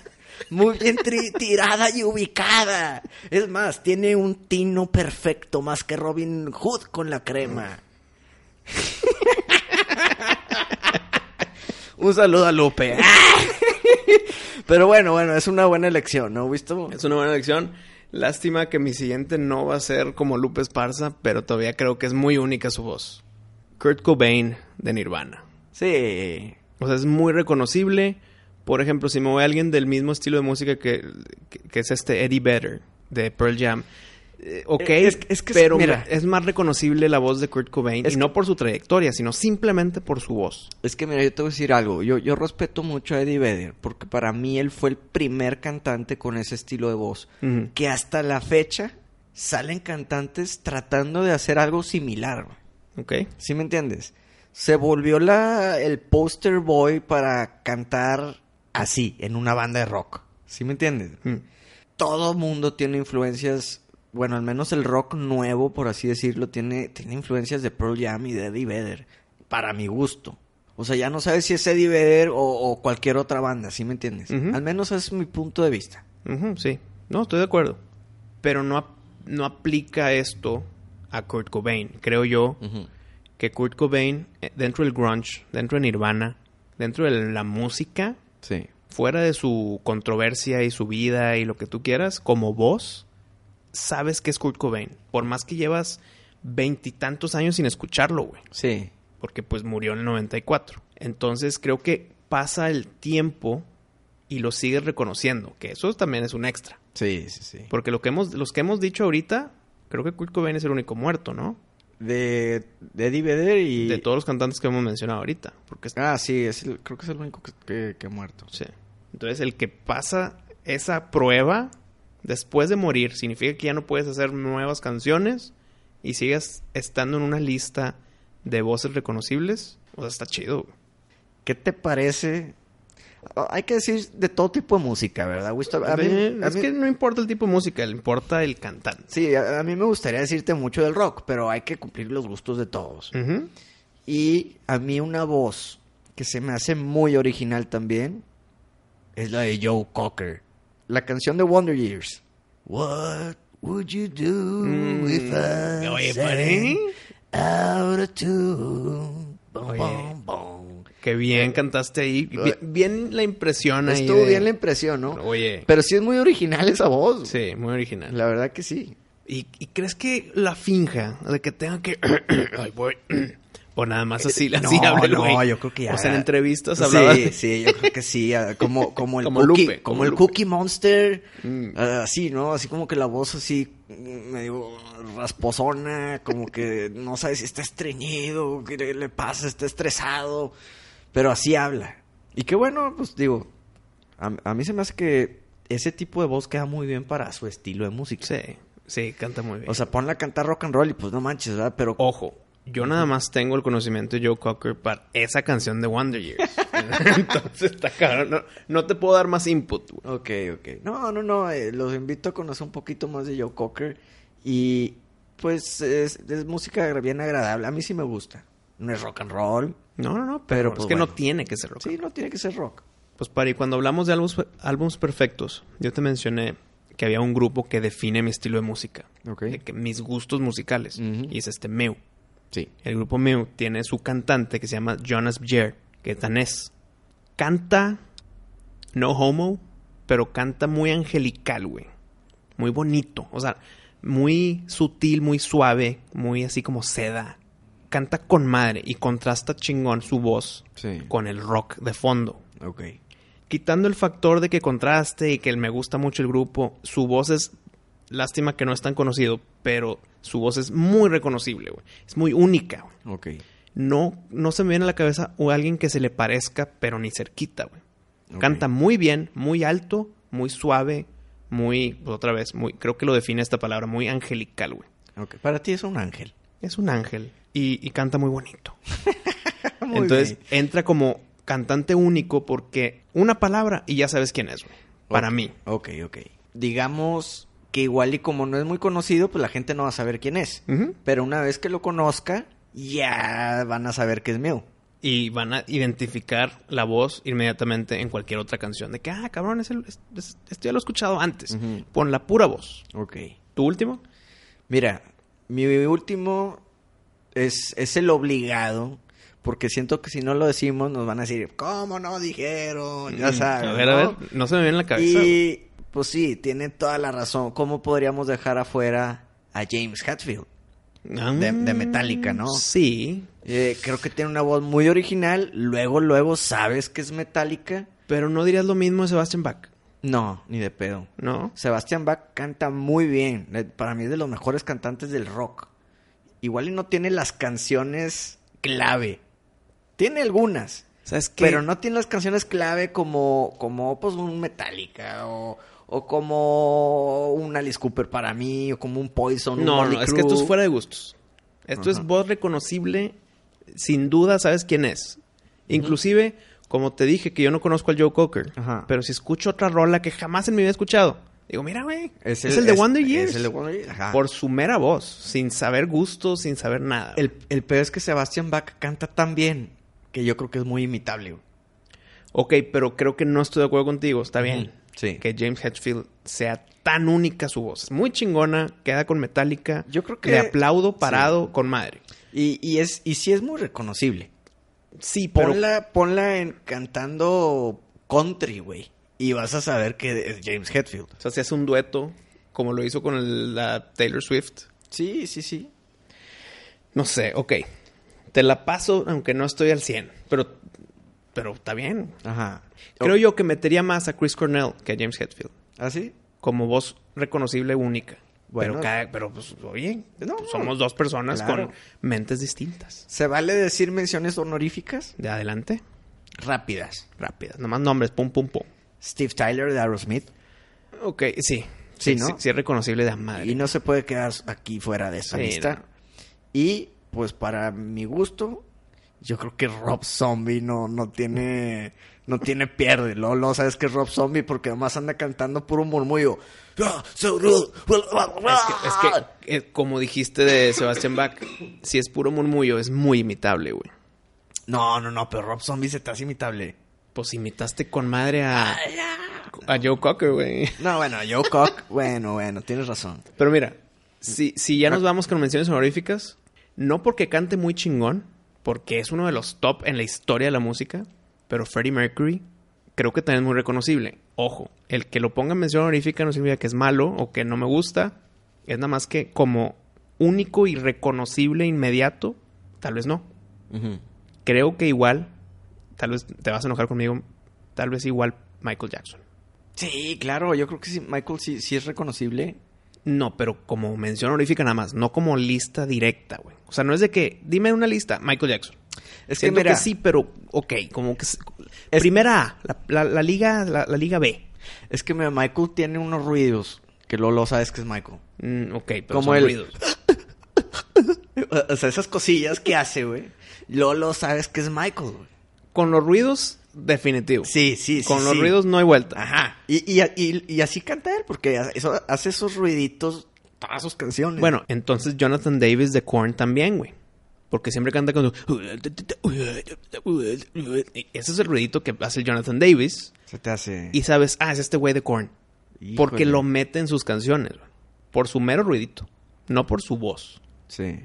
S4: Muy bien tri- tirada y ubicada. Es más, tiene un tino perfecto, más que Robin Hood con la crema. un saludo a Lupe. Pero bueno, bueno, es una buena elección, ¿no? ¿Visto?
S2: Es una buena elección. Lástima que mi siguiente no va a ser como Lupe Esparza, pero todavía creo que es muy única su voz. Kurt Cobain de Nirvana.
S4: Sí.
S2: O sea, es muy reconocible. Por ejemplo, si me voy a alguien del mismo estilo de música que, que- que es este Eddie Vedder de Pearl Jam. eh, ok,
S4: Es- es que es-
S2: pero
S4: mira.
S2: es más reconocible la voz de Kurt Cobain.
S4: Es
S2: y no por su trayectoria, sino simplemente por su voz.
S4: Es que mira, yo te voy a decir algo. Yo, yo respeto mucho a Eddie Vedder porque para mí él fue el primer cantante con ese estilo de voz.
S2: Ujú.
S4: Que hasta la fecha salen cantantes tratando de hacer algo similar. güey.
S2: Ok.
S4: ¿Sí me entiendes? Se volvió la, el poster boy para cantar así, en una banda de rock. ¿Sí me entiendes?
S2: Mm.
S4: todo mundo tiene influencias. Bueno, al menos el rock nuevo, por así decirlo, tiene, tiene influencias de Pearl Jam y de Eddie Vedder. Para mi gusto. O sea, ya no sabes si es Eddie Vedder o, o cualquier otra banda, ¿sí me entiendes?
S2: Ujú.
S4: Al menos es mi punto de vista.
S2: Ujú, sí. No, estoy de acuerdo. Pero no, ap- no aplica esto a Kurt Cobain. Creo yo que Kurt Cobain, eh, dentro del grunge, dentro de Nirvana, dentro de la música,
S4: Sí.
S2: fuera de su controversia y su vida y lo que tú quieras, como vos, sabes que es Kurt Cobain. Por más que llevas veintitantos años sin escucharlo, güey.
S4: Sí.
S2: Porque pues murió en el 94. Entonces creo que pasa el tiempo y lo sigues reconociendo. Que eso también es un extra.
S4: Sí, sí, sí.
S2: Porque lo que hemos, los que hemos dicho ahorita, creo que Kurt Cobain es el único muerto, ¿no?
S4: De, de Eddie Vedder y...
S2: De todos los cantantes que hemos mencionado ahorita. Porque es-
S4: Ah, sí, es el- creo que es el único que, que- que ha muerto.
S2: sí. Entonces, el que pasa esa prueba después de morir significa que ya no puedes hacer nuevas canciones y sigas estando en una lista de voces reconocibles. O sea, está chido. güey.
S4: ¿Qué te parece? Ah, Hay que decir de todo tipo de música, ¿verdad, Gustavo? A mí- a
S2: Eh, es
S4: mí-
S2: que no importa el tipo de música, le importa el cantante.
S4: Sí, a, a mí me gustaría decirte mucho del rock, pero hay que cumplir los gustos de todos.
S2: Ujú.
S4: Y a mí una voz que se me hace muy original también es la de Joe Cocker. La canción de Wonder Years. What would you do
S2: Mm.
S4: if I
S2: Oye,
S4: sang
S2: pare.
S4: out of tune? Bom,
S2: Oye.
S4: bom, bom.
S2: Que bien cantaste ahí. Bien, bien la impresión ahí.
S4: Estuvo
S2: de-
S4: bien la impresión, ¿no?
S2: Oye.
S4: Pero sí es muy original esa voz.
S2: Sí, muy original.
S4: La verdad que sí.
S2: ¿Y, y crees que la finja de que tenga que... Ay, voy. o nada más así, así
S4: no,
S2: habla el
S4: no,
S2: güey.
S4: yo creo que ya.
S2: O sea, en entrevistas
S4: Sí,
S2: hablaba...
S4: sí, yo creo que sí. ah, Como, como el,
S2: Como
S4: cookie,
S2: Lupe,
S4: como
S2: como
S4: el
S2: Lupe.
S4: cookie monster.
S2: Mm.
S4: ah, así, ¿no? Así como que la voz así, mm, medio rasposona. Como que no sabe si está estreñido, qué le, le pasa, está estresado. Pero así habla. Y qué bueno, pues digo, a, a mí se me hace que ese tipo de voz queda muy bien para su estilo de música.
S2: Sí, sí, canta muy bien.
S4: O sea, ponla a cantar rock and roll y pues no manches, ¿verdad? Pero
S2: ojo, yo nada más tengo el conocimiento de Joe Cocker para esa canción de Wonder Years. Entonces, está cabrón. No, no te puedo dar más input. güey.
S4: Ok, ok. No, no, no. eh, los invito a conocer un poquito más de Joe Cocker. Y pues es, es música bien agradable. A mí sí me gusta. No es rock and roll.
S2: No, no, no, pero,
S4: Pero, pues,
S2: es que
S4: bueno.
S2: no tiene que ser rock.
S4: Sí, no tiene que ser rock.
S2: Pues para y cuando hablamos de álbums, álbums perfectos, yo te mencioné que había un grupo que define mi estilo de música,
S4: Ok.
S2: de que mis gustos musicales,
S4: Ujú.
S2: y es este Mew.
S4: Sí.
S2: El grupo Mew tiene su cantante que se llama Jonas Bjer, que es danés. canta no homo, pero canta muy angelical, güey. Muy bonito, o sea, muy sutil, muy suave, muy así como seda. Canta con madre y contrasta chingón su voz
S4: Sí.
S2: con el rock de fondo.
S4: Ok.
S2: Quitando el factor de que contraste y que el me gusta mucho el grupo, su voz es lástima que no es tan conocido, pero su voz es muy reconocible, güey. Es muy única, güey.
S4: Ok.
S2: No, no se me viene a la cabeza o alguien que se le parezca, pero ni cerquita, güey.
S4: ok.
S2: Canta muy bien, muy alto, muy suave, muy, pues, otra vez, muy, creo que lo define esta palabra, muy angelical, güey.
S4: Ok. Para ti es un ángel.
S2: Es un ángel y, y canta muy bonito.
S4: Muy
S2: Entonces
S4: bien.
S2: entra como cantante único porque una palabra y ya sabes quién es, güey. Para
S4: Ok,
S2: mí.
S4: Ok, ok. Digamos que igual y como no es muy conocido, pues la gente no va a saber quién es.
S2: Ujú.
S4: Pero una vez que lo conozca, ya van a saber que es mío.
S2: Y van a identificar la voz inmediatamente en cualquier otra canción. De que, ah, cabrón, ese- es- es- esto ya lo he escuchado antes.
S4: Ujú.
S2: Pon la pura voz.
S4: Ok.
S2: ¿Tu último?
S4: Mira, mi último es, es el obligado. Porque siento que si no lo decimos, nos van a decir, ¿cómo no dijeron? Ya sabes.
S2: Mm, a ver,
S4: ¿no?
S2: a ver. No se me viene en la cabeza.
S4: Y pues sí, tiene toda la razón. ¿Cómo podríamos dejar afuera a James Hatfield?
S2: Ah,
S4: de- de Metallica, ¿no?
S2: Sí.
S4: Eh, creo que tiene una voz muy original. Luego, luego sabes que es metálica.
S2: Pero no dirías lo mismo de Sebastian Bach,
S4: No, ni de pedo.
S2: ¿no?
S4: Sebastián Bach canta muy bien. Eh, Para mí es de los mejores cantantes del rock. Igual y no tiene las canciones clave. Tiene algunas.
S2: ¿Sabes qué?
S4: Pero no tiene las canciones clave como, como pues, un Metallica o, o como un Alice Cooper para mí o como un Poison. un
S2: No,
S4: Motley
S2: no, es que esto es
S4: Crue.
S2: fuera de gustos. Esto es
S4: Ajá.
S2: voz reconocible, sin duda sabes quién es. Inclusive, como te dije que yo no conozco al Joe Cocker,
S4: Ajá.
S2: pero si escucho otra rola que jamás en mi vida he escuchado, digo, mira, güey, es, el de
S4: es-
S2: Wonder Years.
S4: Es el de ah. Wonder Years. ajá.
S2: Por su mera voz, sin saber gusto, sin saber nada.
S4: El, el peor es que Sebastián Bach canta tan bien que yo creo que es muy imitable. güey.
S2: Ok, pero creo que no estoy de acuerdo contigo, está bien.
S4: Sí.
S2: Que James Hetfield sea tan única su voz. Es Muy chingona, queda con Metallica.
S4: Yo creo que-
S2: Le aplaudo
S4: sí.
S2: parado con madre.
S4: Y, y es, y sí es muy reconocible.
S2: Sí, pero...
S4: Ponla, ponla en cantando country, güey. Y vas a saber que es James Hetfield.
S2: O sea, se hace un dueto, como lo hizo con el- la Taylor Swift.
S4: Sí, sí, sí.
S2: No sé, ok. Te la paso, aunque no estoy al 100, pero, pero está bien.
S4: Ajá.
S2: Creo yo que metería más a Chris Cornell que a James Hetfield,
S4: ¿Ah, sí?
S2: como voz reconocible única.
S4: Bueno.
S2: pero, cada- pero pues, oye,
S4: No,
S2: pues, somos dos personas
S4: claro.
S2: con mentes distintas.
S4: ¿Se vale decir menciones honoríficas?
S2: De adelante,
S4: Rápidas.
S2: rápidas, nomás nombres, pum, pum, pum.
S4: Steve Tyler de Aerosmith.
S2: Ok, sí.
S4: Sí,
S2: Sí, sí,
S4: ¿no?
S2: sí, es reconocible de a madre.
S4: Y no se puede quedar aquí fuera de esa
S2: Sí,
S4: lista.
S2: no.
S4: Y pues para mi gusto, yo creo que Rob Zombie no, no tiene no tiene pierde. Luego, luego sabes que es Rob Zombie porque además anda cantando puro murmullo. Ah, so rude.
S2: Es que, es que, eh, como dijiste de Sebastián Bach, si es puro murmullo, es muy imitable, güey.
S4: No, no, no, pero Rob Zombie se te hace imitable.
S2: Pues imitaste con madre a, a Joe Cocker, güey.
S4: No, bueno, Joe Cock, bueno, bueno, tienes razón.
S2: Pero mira, si, si ya nos vamos con menciones honoríficas, no porque cante muy chingón, porque es uno de los top en la historia de la música, pero Freddie Mercury creo que también es muy reconocible. Ojo, el que lo ponga en mención honorífica no significa que es malo o que no me gusta, es nada más que como único y reconocible inmediato, tal vez no. creo que igual, tal vez te vas a enojar conmigo, tal vez igual Michael Jackson.
S4: Sí, claro, yo creo que sí, Michael sí, sí es reconocible.
S2: No, pero como mención honorífica nada más, no como lista directa, güey. O sea, no es de que, dime una lista, Michael Jackson.
S4: Es
S2: Siento
S4: que mira,
S2: sí, pero, ok, como que... s-
S4: Es-
S2: Primera A, la, la- la liga, la, la liga B.
S4: es que mira, Michael tiene unos ruidos que luego, luego sabes que es Michael.
S2: Mm, ok, pero
S4: Como
S2: son
S4: el-
S2: ruidos.
S4: O sea, esas cosillas que hace, güey. Lolo, sabes que es Michael, güey.
S2: Con los ruidos, definitivo.
S4: Sí, sí, sí.
S2: Con los
S4: sí.
S2: ruidos no hay vuelta.
S4: Ajá. Y, y, y- y así canta él, porque eso- hace esos ruiditos todas sus canciones.
S2: Bueno, entonces Jonathan Davis de Korn también, güey. Porque siempre canta con su... Ese es el ruidito que hace el Jonathan Davis.
S4: se te hace.
S2: Y sabes, ah, es este güey de Korn. Porque lo mete en sus canciones, güey. Por su mero ruidito. No por su voz.
S4: Sí.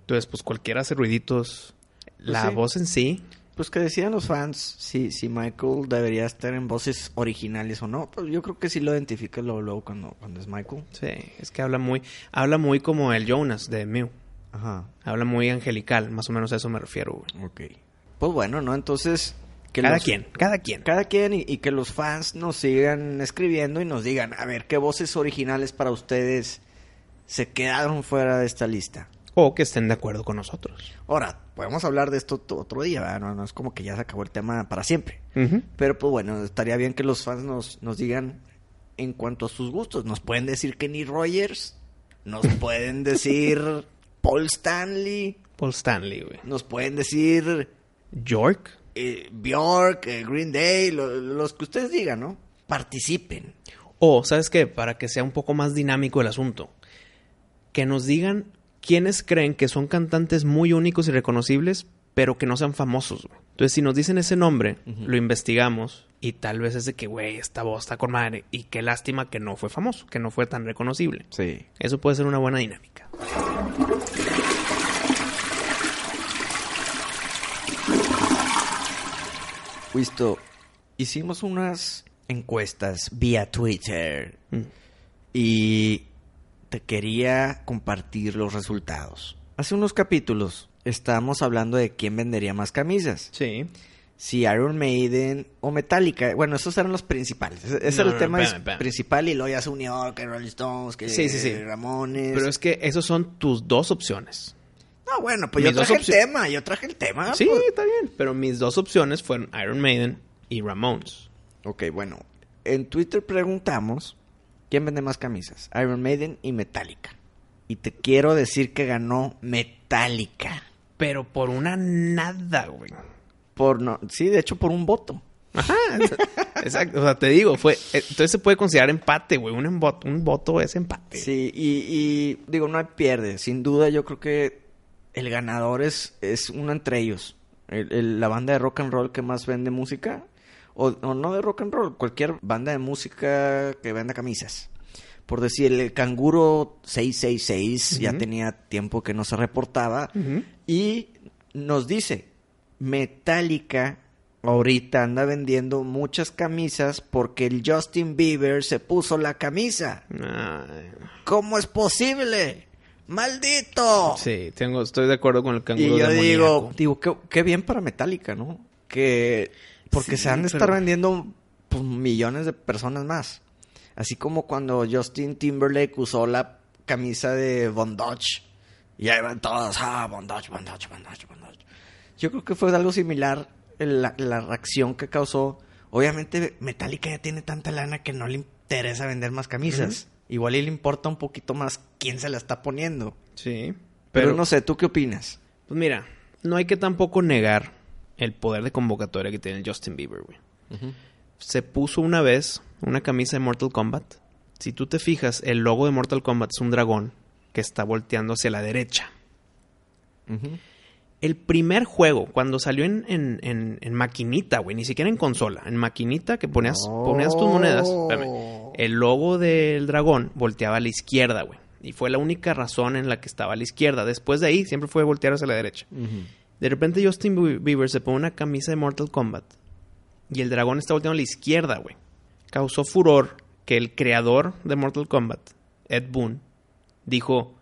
S2: Entonces, pues cualquiera hace ruiditos. La
S4: Pues sí.
S2: voz en sí.
S4: pues que decidan los fans si, si Michael debería estar en voces originales o no. Pues yo creo que sí lo identificas luego, luego cuando, cuando es Michael.
S2: Sí, es que habla muy, habla muy como el Jonas de Mew.
S4: Ajá,
S2: Habla muy angelical, más o menos a eso me refiero, güey.
S4: ok. Pues bueno, ¿no? Entonces... que
S2: Cada
S4: los-
S2: quien, cada quien.
S4: Cada quien y, y que los fans nos sigan escribiendo y nos digan, a ver, ¿qué voces originales para ustedes se quedaron fuera de esta lista?
S2: O que estén de acuerdo con nosotros.
S4: Ahora, podemos hablar de esto to- otro día, ¿verdad? No, no es como que ya se acabó el tema para siempre.
S2: Ujú.
S4: Pero pues bueno, estaría bien que los fans nos, nos digan en cuanto a sus gustos. Nos pueden decir Kenny Rogers, nos pueden decir Paul Stanley,
S2: Paul Stanley, güey.
S4: nos pueden decir
S2: York.
S4: eh, Bjork, eh, Green Day, lo- los que ustedes digan, ¿no? Participen.
S2: O, ¿sabes qué? Para que sea un poco más dinámico el asunto. Que nos digan quiénes creen que son cantantes muy únicos y reconocibles, pero que no sean famosos. güey. Entonces, si nos dicen ese nombre, lo investigamos y tal vez es de que, güey, esta voz está con madre. Y qué lástima que no fue famoso, que no fue tan reconocible.
S4: Sí.
S2: Eso puede ser una buena dinámica.
S4: Listo. Hicimos unas encuestas vía Twitter
S2: Mm.
S4: y te quería compartir los resultados. Hace unos capítulos estábamos hablando de quién vendería más camisas.
S2: Sí.
S4: Si Iron Maiden o Metallica. Bueno, esos eran los principales. Ese, ese
S2: No,
S4: era
S2: no,
S4: el tema
S2: espérame, espérame.
S4: principal y luego ya se unió que Rolling Stones, que
S2: Sí, sí, sí.
S4: Ramones.
S2: Pero es que esos son tus dos opciones.
S4: No, bueno, pues
S2: Mis
S4: yo
S2: dos
S4: traje el
S2: opciones.
S4: tema, yo traje el tema.
S2: sí,
S4: pues.
S2: está bien. Pero mis dos opciones fueron Iron Maiden y Ramones.
S4: Ok, bueno. En Twitter preguntamos quién vende más camisas, Iron Maiden y Metallica. Y te quiero decir que ganó Metallica.
S2: Pero por una nada, güey.
S4: Por no, sí, de hecho por un voto.
S2: Ajá. Exacto. O sea, te digo, fue. eh, Entonces se puede considerar empate, güey. Un, embo- un voto es empate.
S4: Sí, y, y, digo, no hay pierde. Sin duda, yo creo que el ganador es, es uno entre ellos. El- el- la banda de rock and roll que más vende música, o, o no de rock and roll, cualquier banda de música que venda camisas. Por decir, el Canguro 666 ya
S2: Ujú.
S4: tenía tiempo que no se reportaba.
S2: Ujú.
S4: Y nos dice, Metallica ahorita anda vendiendo muchas camisas porque el Justin Bieber se puso la camisa.
S2: Ay,
S4: ¿Cómo es posible? ¡Maldito!
S2: sí, tengo, estoy de acuerdo con el canguro.
S4: y yo digo,
S2: demoníaco.
S4: digo, qué, qué bien para Metallica, ¿no? Que porque
S2: Sí,
S4: se han de estar
S2: pero-
S4: vendiendo pues, millones de personas más. Así como cuando Justin Timberlake usó la camisa de Von Dutch. Y ahí van todos, ah, Von Dutch, Von Dutch, Von Dutch, Von Dutch. Yo creo que fue algo similar el- la, la reacción que causó. Obviamente Metallica ya tiene tanta lana que no le interesa vender más camisas. Igual y le importa un poquito más quién se la está poniendo.
S2: Sí.
S4: Pero,
S2: Pero,
S4: no sé, ¿tú qué opinas?
S2: Pues mira, no hay que tampoco negar el poder de convocatoria que tiene el Justin Bieber, güey. se puso una vez una camisa de Mortal Kombat. Si tú te fijas, el logo de Mortal Kombat es un dragón que está volteando hacia la derecha.
S4: Ujú.
S2: El primer juego, cuando salió en, en- en- en maquinita, güey, ni siquiera en consola, en maquinita que ponías, ponías
S4: Oh.
S2: tus monedas, espérame,
S4: Eh,
S2: el logo del dragón volteaba a la izquierda, güey. Y fue la única razón en la que estaba a la izquierda. Después de ahí, siempre fue voltear hacia la derecha. De repente Justin Bie- Bieber se pone una camisa de Mortal Kombat y el dragón está volteando a la izquierda, güey. Causó furor que el creador de Mortal Kombat, Ed Boon, dijo,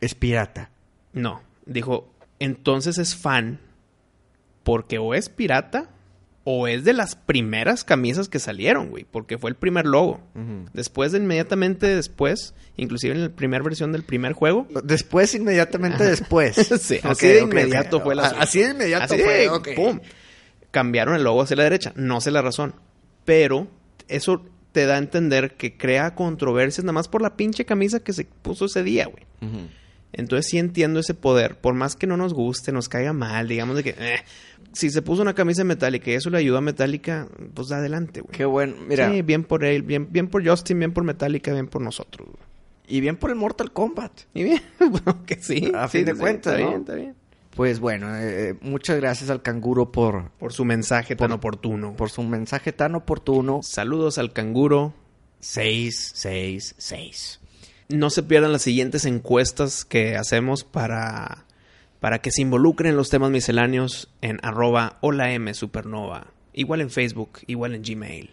S4: Es pirata.
S2: no, dijo, entonces es fan porque o es pirata o es de las primeras camisas que salieron, güey, porque fue el primer logo. Después, inmediatamente después, inclusive en la primera versión del primer juego,
S4: Después, inmediatamente después.
S2: Sí,
S4: Ok,
S2: así de
S4: ok, ok.
S2: inmediato fue el
S4: A-
S2: asunto.
S4: Así de inmediato
S2: Así
S4: fue.
S2: de,
S4: ok.
S2: pum. Cambiaron el logo hacia la derecha. No sé la razón. Pero eso te da a entender que crea controversias nada más por la pinche camisa que se puso ese día, güey.
S4: Ujú.
S2: Entonces sí entiendo ese poder. Por más que no nos guste, nos caiga mal, digamos de que... eh, si se puso una camisa metálica y eso le ayuda a Metallica, pues adelante, güey.
S4: Qué bueno. Mira,
S2: Sí, bien por él, bien, bien por Justin, bien por Metallica, bien por nosotros. güey.
S4: y bien por el Mortal Kombat.
S2: Y bien, bueno, que sí.
S4: A
S2: sí,
S4: fin de
S2: sí,
S4: cuentas,
S2: está
S4: ¿no?
S2: bien, está bien.
S4: Pues bueno, eh, eh, muchas gracias al canguro por,
S2: Por su mensaje tan oportuno.
S4: por su mensaje tan oportuno.
S2: Saludos al canguro.
S4: 666.
S2: No se pierdan las siguientes encuestas que hacemos para para que se involucren en los temas misceláneos en arroba hola M Supernova, igual en Facebook, igual en Gmail.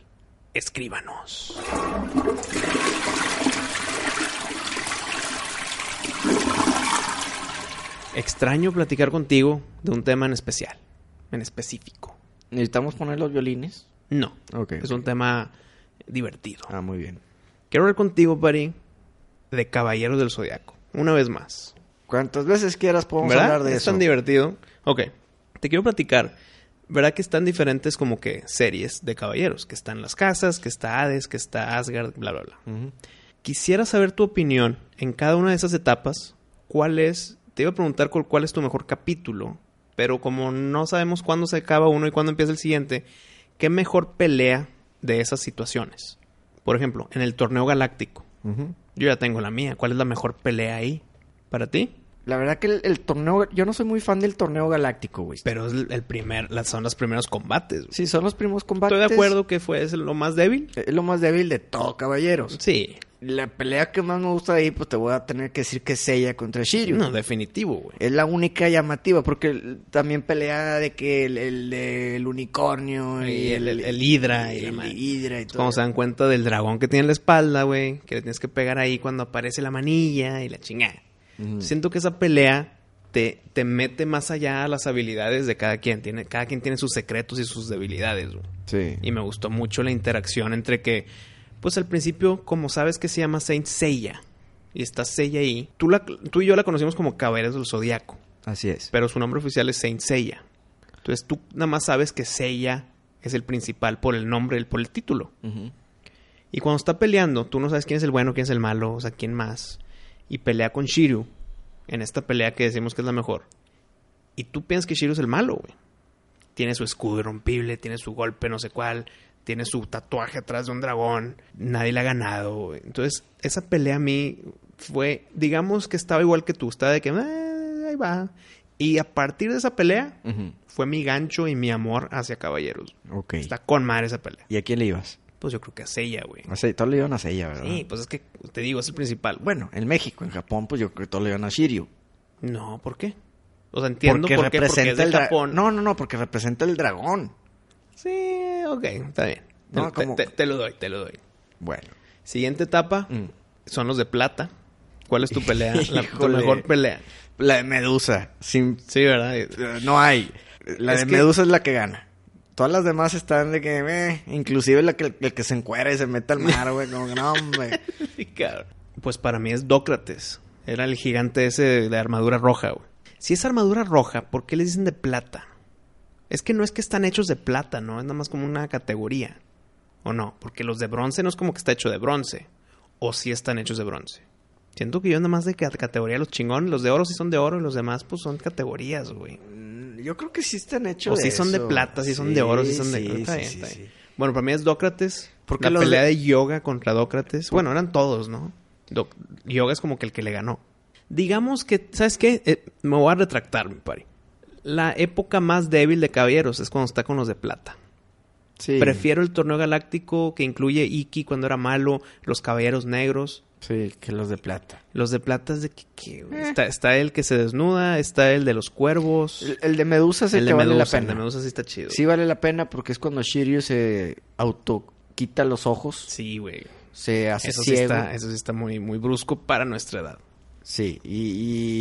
S2: Escríbanos. Extraño platicar contigo de un tema en especial, en específico.
S4: ¿Necesitamos poner los violines?
S2: No,
S4: Ok.
S2: es un tema divertido.
S4: Ah, muy bien.
S2: Quiero hablar contigo, Pari, de Caballeros del Zodiaco. Una vez más.
S4: Cuantas veces quieras podemos
S2: ¿Verdad?
S4: hablar de
S2: es
S4: eso.
S2: tan divertido. Ok, te quiero platicar. ¿Verdad que están diferentes como que series de caballeros? Que están las casas, que está Hades, que está Asgard, bla, bla, bla.
S4: Ujú.
S2: Quisiera saber tu opinión en cada una de esas etapas. ¿Cuál es? Te iba a preguntar cuál, cuál es tu mejor capítulo, pero como no sabemos cuándo se acaba uno y cuándo empieza el siguiente, ¿qué mejor pelea de esas situaciones? Por ejemplo, en el torneo galáctico.
S4: Ujú.
S2: Yo ya tengo la mía. ¿Cuál es la mejor pelea ahí? ¿Para ti?
S4: La verdad que el, el torneo... Yo no soy muy fan del torneo galáctico, güey.
S2: Pero es el el primer, las- son los primeros combates. güey.
S4: Sí, son los primeros combates.
S2: Estoy de acuerdo que fue es lo más débil.
S4: Es lo más débil de todo, caballeros.
S2: Sí.
S4: La pelea que más me gusta ahí, pues te voy a tener que decir que es ella contra Shiryu.
S2: No, definitivo, güey.
S4: Es la única llamativa, porque el- también pelea de que el, el del unicornio y,
S2: Y el- el- el hidra y la
S4: el
S2: madre. Pues
S4: hidra y
S2: Es
S4: todo.
S2: Cuando se dan cuenta del dragón que tiene en la espalda, güey. Que le tienes que pegar ahí cuando aparece la manilla y la chingada.
S4: Ujú.
S2: Siento que esa pelea te, te mete más allá a las habilidades de cada quien. Tiene, cada quien tiene sus secretos y sus debilidades, güey.
S4: Sí.
S2: Y me gustó mucho la interacción entre que, pues al principio, como sabes que se llama Saint Seiya, y está Seiya ahí, tú, la, tú y yo la conocimos como Caballeros del Zodíaco,
S4: Así es.
S2: pero su nombre oficial es Saint Seiya. Entonces tú nada más sabes que Seiya es el principal por el nombre, el- por el título.
S4: Ujú.
S2: Y cuando está peleando, tú no sabes quién es el bueno, quién es el malo, o sea, quién más. Y pelea con Shiryu, en esta pelea que decimos que es la mejor. Y tú piensas que Shiryu es el malo, güey. Tiene su escudo irrompible, tiene su golpe no sé cuál, tiene su tatuaje atrás de un dragón. Nadie le ha ganado, güey. Entonces, esa pelea a mí fue, digamos que estaba igual que tú, estaba de que, "Eh, ahí va. Y a partir de esa pelea,
S4: Ujú.
S2: fue mi gancho y mi amor hacia Caballeros.
S4: Ok.
S2: Está con madre esa pelea.
S4: ¿Y a quién le ibas?
S2: Pues yo creo que a Seiya, güey.
S4: A Se- todos le iban a Seiya, ¿verdad?
S2: Sí, pues es que te digo, es el principal. Bueno,
S4: Bueno, en México, en Japón, pues yo creo que todos le iban a Shiryu.
S2: no, ¿por qué? O sea, entiendo por qué, porque es de
S4: dra-
S2: Japón.
S4: No, no, no, porque representa el dragón.
S2: Sí, ok, está bien. Te-
S4: No,
S2: te,
S4: como-
S2: te- te lo doy, te lo doy.
S4: Bueno.
S2: Siguiente etapa
S4: Mm.
S2: son los de plata. ¿Cuál es tu pelea? La, tu
S4: Híjole.
S2: mejor pelea.
S4: La de Medusa. Sin...
S2: Sí, ¿verdad?
S4: eh, No hay. La
S2: Es
S4: de
S2: que-
S4: Medusa es la que gana. Todas las demás están de que, eh, inclusive la que, el que se encuera y se mete al mar, güey, como que no, hombre.
S2: Sí, cabrón. Pues para mí es Dócrates. Era el gigante ese de, de armadura roja, güey. Si es armadura roja, ¿por qué le dicen de plata? Es que no es que están hechos de plata, ¿no? Es nada más como una categoría. ¿O no? Porque los de bronce no es como que está hecho de bronce. O sí están hechos de bronce. Siento que yo nada más de ca- categoría los chingones. Los de oro sí son de oro y los demás pues son categorías, güey.
S4: Mm, Yo creo que sí están hechos
S2: O si son de
S4: eso.
S2: plata, si son de oro, si
S4: Sí,
S2: son de...
S4: sí,
S2: está
S4: sí,
S2: bien,
S4: sí,
S2: está
S4: sí.
S2: bien. Bueno, para mí es Dócrates.
S4: Porque
S2: Porque la
S4: los
S2: pelea
S4: de-
S2: de... yoga contra Dócrates. Bueno, eran todos, ¿no? Doc- Yoga es como que el que le ganó. Digamos que, ¿sabes qué? Eh, me voy a retractar, mi pari. La época más débil de caballeros es cuando está con los de plata.
S4: Sí,
S2: Prefiero el torneo galáctico que incluye Iki cuando era malo, los caballeros negros.
S4: sí, que los de plata.
S2: Los de plata es de que, ¿qué,
S4: Eh.
S2: güey? Está, está el que se desnuda, está el de los cuervos.
S4: El, el de Medusa es el,
S2: el
S4: que
S2: de
S4: vale la
S2: Medusa, el
S4: pena.
S2: de Medusa sí está chido.
S4: Sí vale la pena porque es cuando Shiryu se auto quita los ojos,
S2: Sí, güey.
S4: se hace
S2: Eso sí,
S4: ciego.
S2: está, eso sí está muy, muy brusco para nuestra edad.
S4: Sí, y,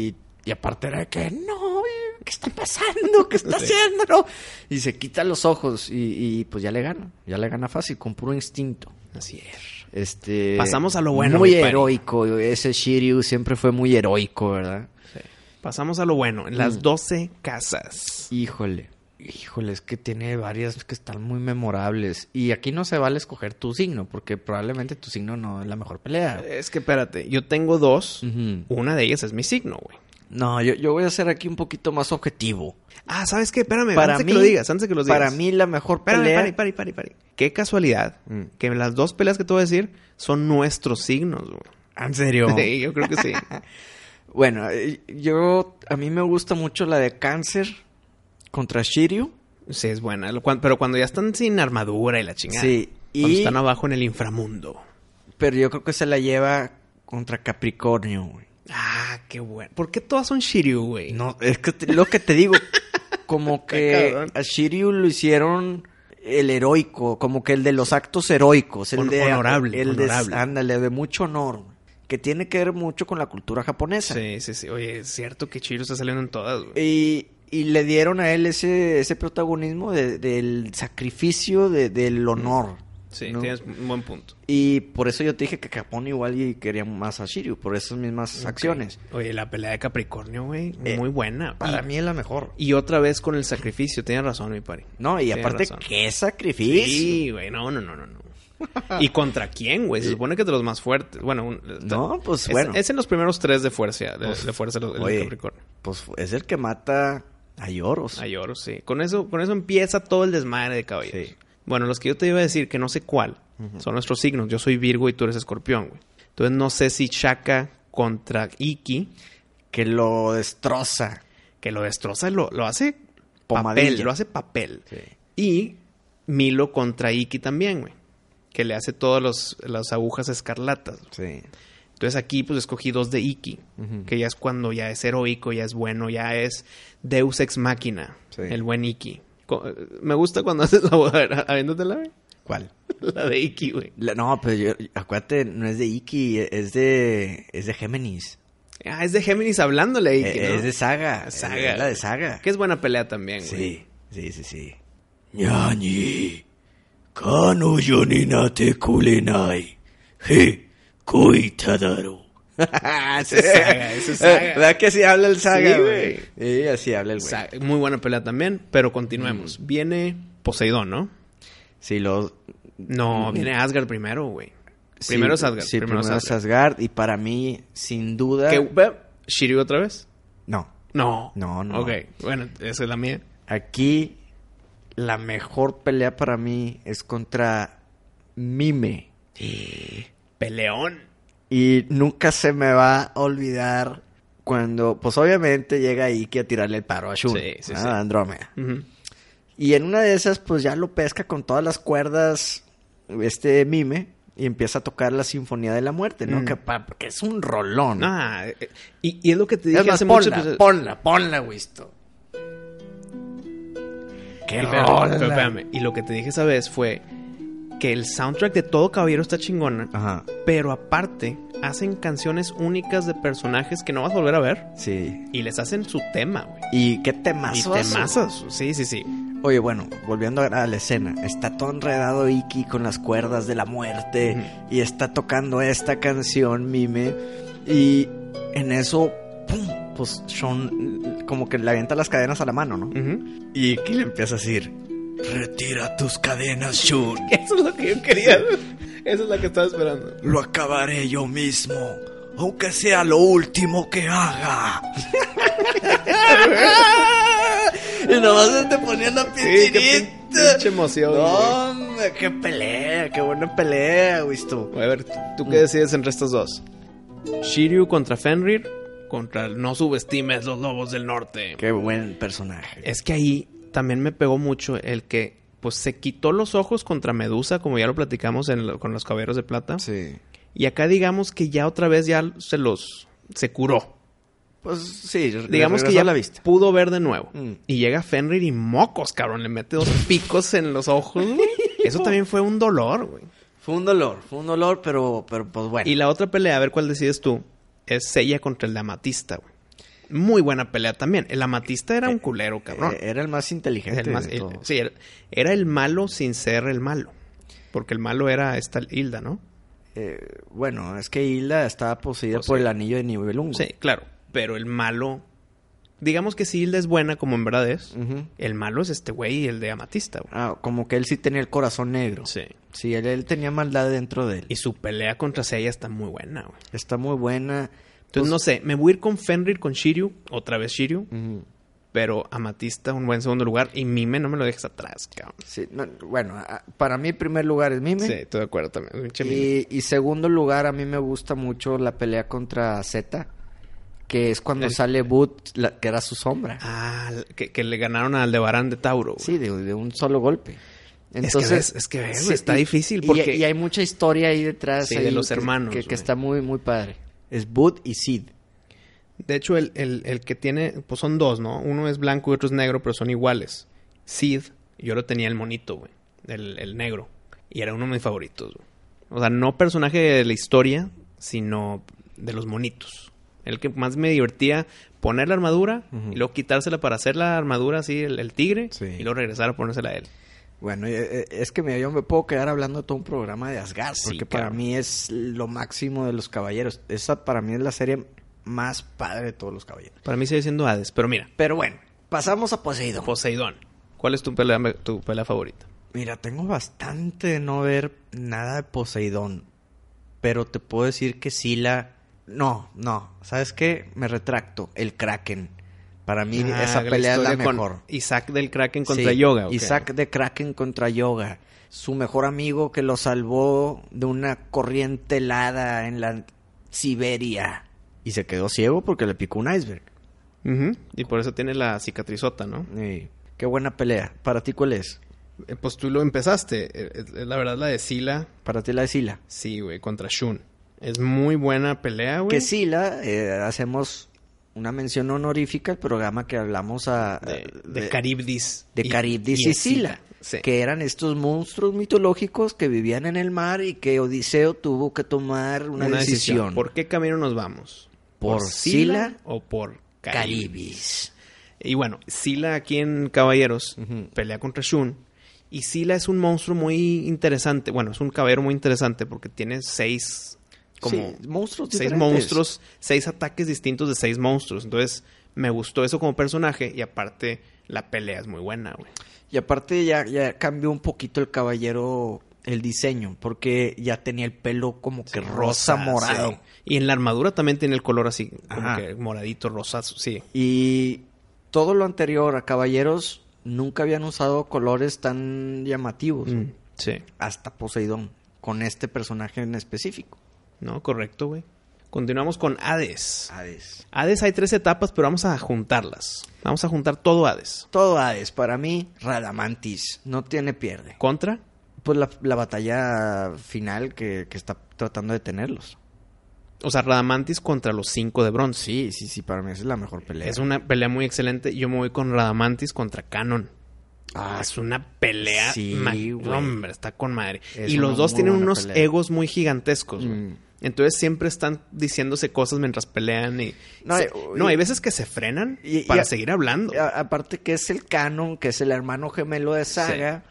S4: y, y aparte era de que no, güey, ¿qué está pasando? ¿Qué está
S2: Sí.
S4: haciendo? No?" Y se quita los ojos y, y, pues ya le gana, ya le gana fácil con puro instinto.
S2: Así es.
S4: Este
S2: Pasamos a lo bueno,
S4: Muy
S2: mi pari.
S4: heroico, ese Shiryu siempre fue muy heroico, ¿verdad?
S2: Pasamos a lo bueno. En las
S4: Mm.
S2: 12 casas.
S4: Híjole. Híjole, es que tiene varias que están muy memorables. Y aquí no se vale escoger tu signo, porque probablemente tu signo no es la mejor pelea.
S2: Es que espérate, yo tengo dos.
S4: Ujú.
S2: Una de ellas es mi signo, güey.
S4: No, yo, yo voy a ser aquí un poquito más objetivo.
S2: Ah, ¿sabes qué? Espérame,
S4: Para
S2: antes
S4: mí-
S2: que lo digas, antes que lo digas.
S4: Para mí la mejor
S2: Espérame,
S4: pelea...
S2: pari, pari, pari, pari. Qué casualidad
S4: Mm.
S2: que las dos peleas que te voy a decir son nuestros signos, güey.
S4: ¿En serio?
S2: Sí, yo creo que sí.
S4: Bueno, eh, yo... A mí me gusta mucho la de Cáncer contra Shiryu.
S2: sí, es buena. Lo cuan- Pero cuando ya están sin armadura y la chingada.
S4: Sí,
S2: Cuando
S4: y-
S2: están abajo en el inframundo.
S4: Pero yo creo que se la lleva contra Capricornio, güey.
S2: Ah, qué bueno. ¿Por qué todas son Shiryu, güey?
S4: No, es que te- lo que te digo, como que
S2: cabrón.
S4: a Shiryu lo hicieron el heroico, como que el de los actos heroicos, el
S2: Hon-
S4: de
S2: honorable,
S4: el de-
S2: honorable.
S4: ándale, de mucho honor, que tiene que ver mucho con la cultura japonesa.
S2: Sí, sí, sí. Oye, es cierto que Shiryu está saliendo en todas, güey.
S4: Y, y le dieron a él ese, ese protagonismo de- del sacrificio de- del honor.
S2: Sí,
S4: ¿no?
S2: tienes un buen punto.
S4: Y por eso yo te dije que Japón igual y quería más a Shiryu, por esas mismas acciones.
S2: Oye, la pelea de Capricornio, güey,
S4: Eh,
S2: muy buena.
S4: Para
S2: y,
S4: mí es la mejor.
S2: y otra vez con el sacrificio, tienes razón, mi pari.
S4: No, y
S2: Tienes
S4: aparte,
S2: razón.
S4: qué sacrificio.
S2: Sí, güey, no, no, no, no, no. ¿Y contra quién, güey? Se supone que de los más fuertes. Bueno, un-
S4: Eh, No, pues,
S2: es,
S4: bueno.
S2: Es en los primeros tres de fuerza, de, de fuerza el, el
S4: Oye,
S2: Capricornio.
S4: Pues es el que mata a Lloros.
S2: A Yoru, sí. Con eso, con eso empieza todo el desmadre de caballeros.
S4: Sí.
S2: Bueno, los que yo te iba a decir, que no sé cuál, son nuestros signos. Yo soy Virgo y tú eres Escorpión, güey. Entonces no sé si Chaka contra Iki,
S4: Que lo destroza.
S2: que lo destroza, lo, lo hace
S4: Pomadilla.
S2: papel, lo hace papel.
S4: Sí.
S2: Y Milo contra Iki también, güey. Que le hace todas los- las agujas escarlatas.
S4: Sí.
S2: Entonces aquí pues escogí dos de Iki,
S4: Ujú.
S2: que ya es cuando ya es heroico, ya es bueno, ya es Deus ex machina,
S4: Sí.
S2: el buen Iki. Co- eh, Me gusta cuando haces la bodera, aviéntatela, güey.
S4: ¿Cuál?
S2: La de Iki, güey.
S4: La- no, pero yo, acuérdate, no es de Iki, es de, es de Géminis.
S2: Ah, es de Géminis hablándole a Iki,
S4: Eh,
S2: ¿no?
S4: Es de Saga.
S2: Saga.
S4: Es la de Saga.
S2: Que es buena pelea también, güey.
S4: Sí, sí, sí, sí. Ñañi, kano yonina te kurenai, he, koi tadaro.
S2: Ah,
S4: ese es
S2: Saga, ese es Saga.
S4: Eh, ¿Verdad que así habla el Saga,
S2: Sí,
S4: güey? Sí, así habla el
S2: O
S4: güey. Mm.
S2: sea, muy buena pelea también, pero continuemos. Viene Poseidón, ¿no?
S4: Sí, los...
S2: No,
S4: Mm.
S2: viene Asgard primero, güey. Primero es
S4: sí,
S2: Asgard.
S4: Sí,
S2: primero,
S4: primero,
S2: es
S4: es
S2: Asgard.
S4: Asgard. Y para mí, sin duda...
S2: Que- ve, ¿Shiryu otra vez?
S4: No,
S2: No.
S4: No, no.
S2: Ok, bueno, esa es la mía.
S4: aquí la mejor pelea para mí es contra Mime.
S2: Peleón.
S4: Y nunca se me va a olvidar cuando, pues obviamente llega Iki a tirarle el paro a Shun,
S2: Sí, sí,
S4: ¿no?
S2: sí.
S4: a Andrómeda.
S2: Ujú.
S4: Y en una de esas, pues ya lo pesca con todas las cuerdas este mime y empieza a tocar la Sinfonía de la Muerte, ¿no?
S2: Mm.
S4: Que, pa- que es un rolón.
S2: Ah, eh, y, y es lo que te
S4: Es
S2: dije
S4: más,
S2: hace mucho.
S4: ponla,
S2: pues,
S4: ponla, ponla, Wisto. ¡Qué
S2: y espérame,
S4: rola!
S2: pero espérame, Y lo que te dije esa vez fue que el soundtrack de todo Caballero está chingona,
S4: Ajá,
S2: pero aparte hacen canciones únicas de personajes que no vas a volver a ver
S4: sí.
S2: y les hacen su tema, güey.
S4: Y qué
S2: Y
S4: temazo.
S2: temazos. Sí, sí, sí.
S4: Oye, bueno, volviendo a la escena, está todo enredado Iki con las cuerdas de la muerte y está tocando esta canción, Mime, y en eso, ¡pum! Pues Sean como que le avienta las cadenas a la mano, ¿no?
S2: Ujú.
S4: Y Iki le empieza a decir, retira tus cadenas, Sean,
S2: Eso es lo que yo quería. Esa es la que estaba esperando.
S4: lo acabaré yo mismo, aunque sea lo último que haga. y nomás se te ponía la
S2: Sí, qué
S4: pinchinita.
S2: pin- pinche emoción. güey.
S4: No, hombre, qué pelea, qué buena pelea, Wisto.
S2: A ver, ¿tú- ¿tú
S4: Mm.
S2: qué decides entre estas dos? Shiryu contra Fenrir contra el No subestimes los lobos del norte.
S4: Qué buen personaje.
S2: Es que ahí también me pegó mucho el que pues se quitó los ojos contra Medusa, como ya lo platicamos en lo- con los caballeros de plata.
S4: Sí.
S2: Y acá digamos que ya otra vez ya se los se curó.
S4: Pues sí, re-
S2: Digamos que
S4: regresó
S2: ya
S4: a la vista.
S2: pudo ver de nuevo.
S4: Mm.
S2: Y llega Fenrir y mocos, cabrón, le mete dos picos en los ojos. güey. Eso también fue un dolor, güey.
S4: Fue un dolor, fue un dolor, pero, pero pues bueno.
S2: Y la otra pelea, a ver cuál decides tú, es Sella contra el de Amatista, güey. Muy buena pelea también. El Amatista era un culero, cabrón.
S4: Eh, Era el más inteligente.
S2: El más-
S4: de
S2: el-
S4: todos.
S2: sí, era, era el malo sin ser el malo. Porque el malo era esta Hilda, ¿no?
S4: Eh, bueno, es que Hilda estaba poseída
S2: Pues
S4: por
S2: sí.
S4: el anillo de Nibelungo.
S2: Sí, claro. Pero el malo. Digamos que si Hilda es buena, como en verdad es,
S4: Ujú.
S2: el malo es este güey y el de Amatista, güey.
S4: Ah, como que él sí tenía el corazón negro.
S2: Sí.
S4: Sí, él, él tenía maldad dentro de él.
S2: Y su pelea contra Sella está muy buena, güey.
S4: Está muy buena.
S2: Entonces,
S4: Pues-
S2: no sé, me voy a ir con Fenrir, con Shiryu, otra vez Shiryu,
S4: Ujú.
S2: pero Amatista un buen segundo lugar y Mime no me lo dejes atrás, cabrón.
S4: Sí, no, bueno, ah, para mí, en primer lugar es Mime.
S2: Sí, estoy de acuerdo también. Pinche Mime.
S4: Y, y segundo lugar, a mí me gusta mucho la pelea contra Z, que es cuando
S2: El-
S4: sale Boot, la- que era su sombra.
S2: Ah, que, que le ganaron al Aldebarán de Tauro. güey.
S4: Sí, de, de un solo golpe.
S2: que
S4: Entonces,
S2: ves- es que ves, güey, está difícil
S4: y-
S2: porque-
S4: Y, hay mucha historia ahí detrás.
S2: Sí,
S4: ahí
S2: de los
S4: que-
S2: hermanos,
S4: Que, que
S2: güey.
S4: está muy, muy padre. Es Boot y Sid.
S2: De hecho, el, el- el que tiene, pues son dos, ¿no? Uno es blanco y otro es negro, pero son iguales. Sid, yo lo tenía el monito, güey. El, el negro. Y era uno de mis favoritos, güey. O sea, no personaje de la historia, sino de los monitos. El que más me divertía poner la armadura
S4: Ujú.
S2: y luego quitársela para hacer la armadura así, el, el tigre,
S4: Sí.
S2: y luego regresar a ponérsela a él.
S4: Bueno, eh, eh, es que me- yo me puedo quedar hablando de todo un programa de Asgard,
S2: Sí,
S4: porque para
S2: claro.
S4: mí es lo máximo de los caballeros. Esa para mí es la serie más padre de todos los caballeros.
S2: Para mí sigue siendo Hades, pero mira,
S4: Pero bueno, pasamos a Poseidón.
S2: Poseidón. ¿Cuál es tu pelea, tu pelea favorita?
S4: Mira, tengo bastante de no ver nada de Poseidón. Pero te puedo decir que sí la... No, no. ¿Sabes qué? Me retracto. El Kraken. Para mí
S2: Ah,
S4: esa
S2: la
S4: pelea es la
S2: historia con
S4: mejor.
S2: Isaac del Kraken contra
S4: Sí,
S2: Yoga. ok.
S4: Isaac de Kraken contra Yoga. Su mejor amigo que lo salvó de una corriente helada en la Siberia. Y se quedó ciego porque le picó un iceberg.
S2: Ujú, Y por eso tiene la cicatrizota, ¿no?
S4: Sí. Qué buena pelea. ¿Para ti cuál es?
S2: Eh, Pues tú lo empezaste. Eh, eh, eh, La verdad, la de Sila,
S4: Para ti la de Sila.
S2: sí, güey, contra Shun. Es muy buena pelea, güey.
S4: Que Sila, eh, hacemos una mención honorífica al programa que hablamos a,
S2: De, de Caribdis.
S4: Ah, de
S2: y-
S4: Caribdis y, Sila,
S2: Sí.
S4: que eran estos monstruos mitológicos que vivían en el mar y que Odiseo tuvo que tomar una, decisión.
S2: ¿Por qué camino nos vamos?
S4: ¿Por
S2: Scylla
S4: Scylla
S2: o por Caribdis?
S4: Caribis.
S2: Y bueno, Sila aquí en Caballeros
S4: Ujú.
S2: pelea contra Shun. Y Sila es un monstruo muy interesante. Bueno, es un caballero muy interesante porque tiene seis como
S4: Sí, monstruos
S2: seis
S4: diferentes.
S2: monstruos, seis ataques distintos de seis monstruos. Entonces, me gustó eso como personaje. Y aparte, la pelea es muy buena, güey.
S4: Y aparte ya, ya cambió un poquito el caballero, el diseño, porque ya tenía el pelo como que rosa, morado.
S2: sí. Y en la armadura también tiene el color así, como
S4: Ajá.
S2: que moradito, rosazo, sí.
S4: Y todo lo anterior a caballeros nunca habían usado colores tan llamativos.
S2: Mm, sí.
S4: Hasta Poseidón, con este personaje en específico.
S2: No, correcto, güey. Continuamos con Hades.
S4: Ah. Hades.
S2: Hades hay tres etapas, pero vamos a juntarlas. Vamos a juntar todo Hades.
S4: Todo Hades, para mí, Radamantis. No tiene pierde.
S2: Contra
S4: Pues la, la batalla final que, que está tratando de tenerlos.
S2: O sea, Radamantis contra los cinco de bronce.
S4: Sí, sí, sí, para mí esa es la mejor pelea.
S2: Es una pelea muy excelente. Yo me voy con Radamantis contra Canon.
S4: Ah,
S2: es una pelea.
S4: sí,
S2: ma-
S4: güey.
S2: hombre, está con madre.
S4: Es
S2: y los
S4: una
S2: dos
S4: muy
S2: tienen
S4: buena
S2: unos
S4: pelea.
S2: egos muy gigantescos. güey.
S4: Mm.
S2: Entonces siempre están diciéndose cosas mientras pelean. Y,
S4: No,
S2: se-
S4: y-
S2: no,
S4: y-
S2: hay veces que se frenan
S4: y- y
S2: para
S4: a-
S2: seguir hablando.
S4: A- aparte que es el canon, que es el hermano gemelo de Saga,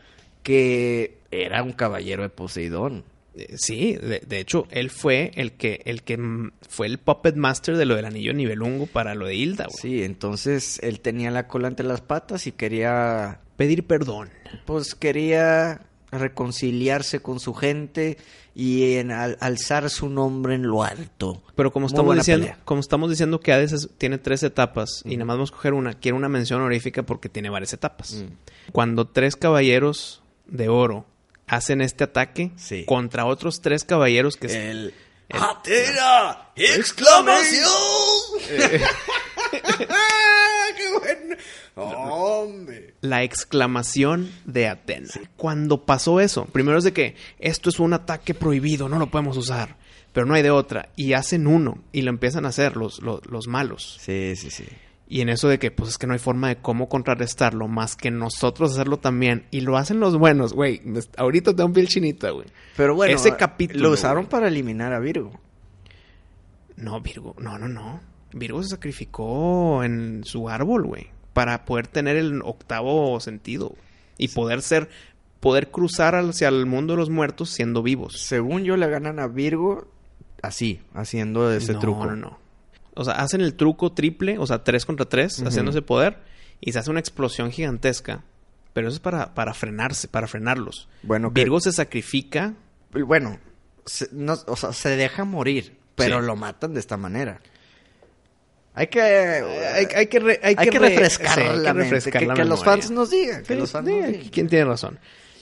S4: que era un caballero de Poseidón.
S2: Eh, Sí, de, de hecho, él fue el que, el que mm, fue el puppet master de lo del anillo nivelungo para lo de Hilda. güey.
S4: Sí, entonces él tenía la cola entre las patas y quería,
S2: Pedir perdón.
S4: pues quería reconciliarse con su gente y en al- alzar su nombre en lo alto.
S2: Pero como
S4: Muy
S2: estamos,
S4: buena
S2: diciendo,
S4: pelea.
S2: como estamos diciendo que Hades es- tiene tres etapas y nada más vamos a coger una, quiero una mención honorífica porque tiene varias etapas. Cuando tres caballeros de oro hacen este ataque
S4: Sí.
S2: contra otros tres caballeros que... se-
S4: El
S2: el-
S4: ¡Atera! ¡Exclamación! ¡Qué bueno! ¡Hombre!
S2: La exclamación de Atena. Cuando pasó eso, primero es de que esto es un ataque prohibido, no lo podemos usar, pero no hay de otra. Y hacen uno y lo empiezan a hacer los, los, los malos.
S4: Sí, sí, sí.
S2: Y en eso de que, pues es que no hay forma de cómo contrarrestarlo más que nosotros hacerlo también. Y lo hacen los buenos, güey. Me- Ahorita tengo piel chinita, güey.
S4: Pero bueno, eh,
S2: Ese capítulo,
S4: lo usaron
S2: güey.
S4: para eliminar a Virgo.
S2: No, Virgo, no, no, no. Virgo se sacrificó en su árbol, güey. Para poder tener el octavo sentido. güey. Y poder ser, poder cruzar hacia el mundo de los muertos siendo vivos.
S4: Según yo le ganan a Virgo así, haciendo ese
S2: no,
S4: truco.
S2: No, no. O sea, hacen el truco triple, o sea, tres contra tres,
S4: Ujú.
S2: haciendo ese poder, y se hace una explosión gigantesca. Pero eso es para, para frenarse, para frenarlos.
S4: Bueno, que-
S2: Virgo se sacrifica.
S4: Y Bueno, se, no- o sea, se deja morir, pero
S2: Sí.
S4: lo matan de esta manera. Hay que
S2: Hay, hay que, re-
S4: hay que
S2: re-
S4: refrescar
S2: sí, hay que
S4: la mente,
S2: refrescar
S4: que,
S2: la
S4: que los
S2: memoria.
S4: fans nos digan, que
S2: Sí,
S4: los fans
S2: sí,
S4: nos digan.
S2: ¿Quién tiene razón?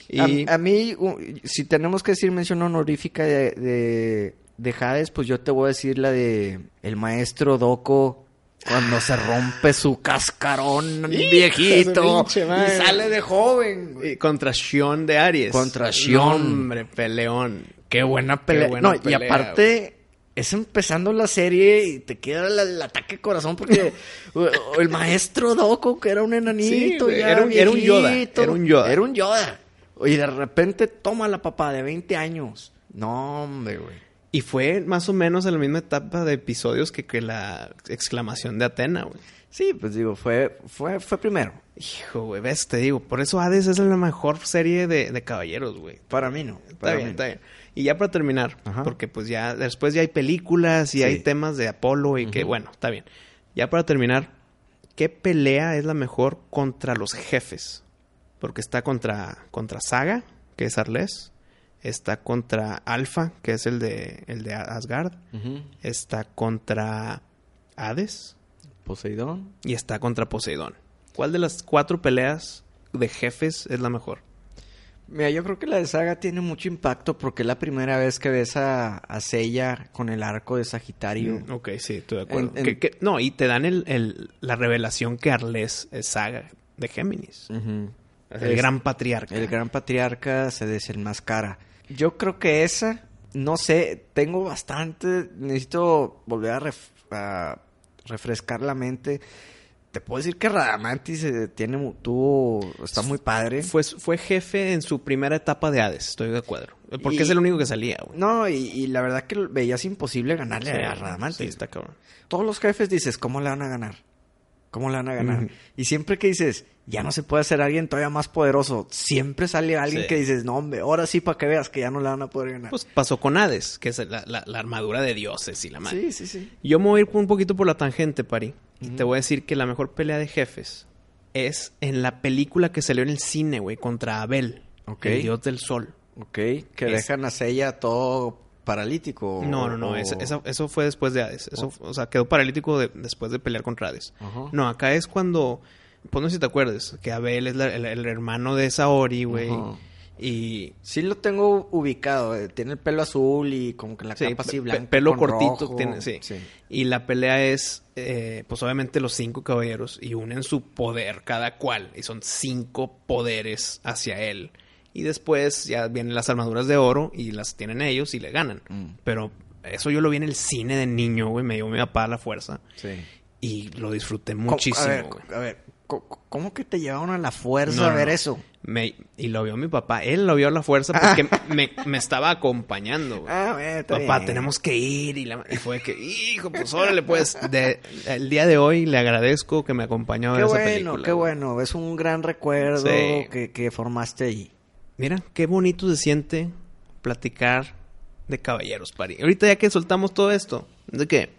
S2: Y
S4: A, a mí, u- si tenemos que decir mención honorífica de, de, de Hades, pues yo te voy a decir la de el maestro Doco cuando se rompe su cascarón
S2: de
S4: viejito
S2: pinche madre.
S4: y sale de joven. güey.
S2: y eh, contra Shion de Aries.
S4: Contra Shion.
S2: No, hombre, peleón. Qué buena
S4: Pelea-
S2: pelea.
S4: no, y aparte, es empezando la serie y te queda la- el ataque al corazón porque o- o el maestro Doco, que era un enanito,
S2: Sí,
S4: ya
S2: era un- era un Yoda,
S4: viejito,
S2: era un Yoda.
S4: Era un Yoda. Y de repente toma la papá de 20 años. No, hombre, güey.
S2: Y fue más o menos en la misma etapa de episodios que, que la exclamación de Atena, güey.
S4: Sí, pues digo, fue, fue, fue primero.
S2: Hijo, güey, ves, te digo, por eso Hades es la mejor serie de, de caballeros, güey.
S4: Para mí no.
S2: Está bien, está bien. Y ya para terminar,
S4: Ajá.
S2: porque pues ya después ya hay películas y
S4: Sí.
S2: hay temas de Apolo y que bueno, está bien. Ya para terminar, ¿qué pelea es la mejor contra los jefes? Porque está contra contra Saga, que es Arles, está contra Alfa, que es el de el de Asgard, está contra Hades
S4: Poseidón.
S2: y está contra Poseidón. ¿Cuál de las cuatro peleas de jefes es la mejor?
S4: Mira, yo creo que la de Saga tiene mucho impacto porque es la primera vez que ves a, a Seiya con el arco de Sagitario.
S2: Mm, ok, sí, estoy de acuerdo.
S4: En- en-
S2: Que- que- no, y te dan el, el- la revelación que Arles es saga de Géminis.
S4: Ujú.
S2: El
S4: Es-
S2: gran patriarca.
S4: El gran patriarca se desenmascara. Yo creo que esa, no sé, tengo bastante, necesito volver a, ref- a refrescar la mente. Te puedo decir que Radamantis eh, tiene, mu- tuvo, está muy padre.
S2: Fue, fue jefe en su primera etapa de Hades, estoy de acuerdo. Porque
S4: Y-
S2: es el único que salía, güey.
S4: No, y, y la verdad que veías imposible ganarle a Radamantis.
S2: Sí, está cabrón.
S4: todos los jefes dices, ¿cómo le van a ganar? ¿Cómo le van a ganar?
S2: Ujú.
S4: Y siempre que dices, ya no se puede hacer alguien todavía más poderoso, siempre sale alguien
S2: Sí.
S4: que dices, no, hombre, ahora sí para que veas que ya no le van a poder ganar.
S2: Pues pasó con Hades, que es la, la- la armadura de dioses y la madre.
S4: sí, sí, sí.
S2: Yo me voy a ir un poquito por la tangente, Pari. Y
S4: Ujú.
S2: te voy a decir que la mejor pelea de jefes es en la película que salió en el cine, güey, contra Abel,
S4: Ok.
S2: el dios del sol.
S4: Ok, que dejan a Sella todo paralítico.
S2: No, no, no.
S4: o-
S2: esa- esa- eso fue después de Hades. Eso,
S4: Oh.
S2: fu- O sea, quedó paralítico de- después de pelear contra Hades.
S4: Ajá.
S2: No, acá es cuando. Pues no sé si te acuerdas. Que Abel es la- el, el hermano de Saori, güey.
S4: Ajá.
S2: Y.
S4: Sí lo tengo ubicado, eh, tiene el pelo azul y como que la
S2: sí,
S4: capa así
S2: pe-
S4: blanca.
S2: pelo
S4: con
S2: cortito
S4: rojo.
S2: tiene, sí. Y la pelea es, eh, pues obviamente los cinco caballeros y unen su poder cada cual. Y son cinco poderes hacia él. Y después ya vienen las armaduras de oro y las tienen ellos y le ganan.
S4: Mm,
S2: Pero eso yo lo vi en el cine de niño, güey. Me dio mi papá a la fuerza.
S4: sí.
S2: Y lo disfruté
S4: Co-
S2: muchísimo,
S4: A ver,
S2: güey.
S4: co- a ver, co- co- ¿cómo que te llevaron a la fuerza
S2: No,
S4: a
S2: no,
S4: ver
S2: no.
S4: eso?
S2: Me- y lo vio mi papá. Él lo vio a la fuerza porque me, me estaba acompañando, güey.
S4: Ah, bueno, está
S2: Papá,
S4: bien.
S2: tenemos que ir. Y, la- y fue que, hijo, pues órale, pues. De- el día de hoy le agradezco que me acompañó a
S4: Qué
S2: ver
S4: bueno,
S2: esa película.
S4: qué
S2: güey.
S4: bueno. Es un gran recuerdo
S2: Sí.
S4: que, que formaste ahí.
S2: Mira, qué bonito se siente platicar de caballeros, Pari. Ahorita ya que soltamos todo esto, ¿de qué?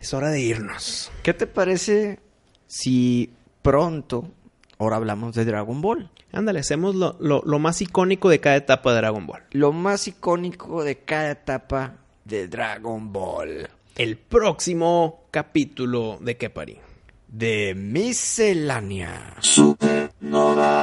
S2: Es hora de irnos.
S4: ¿Qué te parece si pronto ahora hablamos de Dragon Ball?
S2: Ándale, hacemos lo, lo- lo más icónico de cada etapa de Dragon Ball.
S4: Lo más icónico de cada etapa de Dragon Ball.
S2: El próximo capítulo de qué, Pari.
S4: De miscelánea.
S3: Supernova.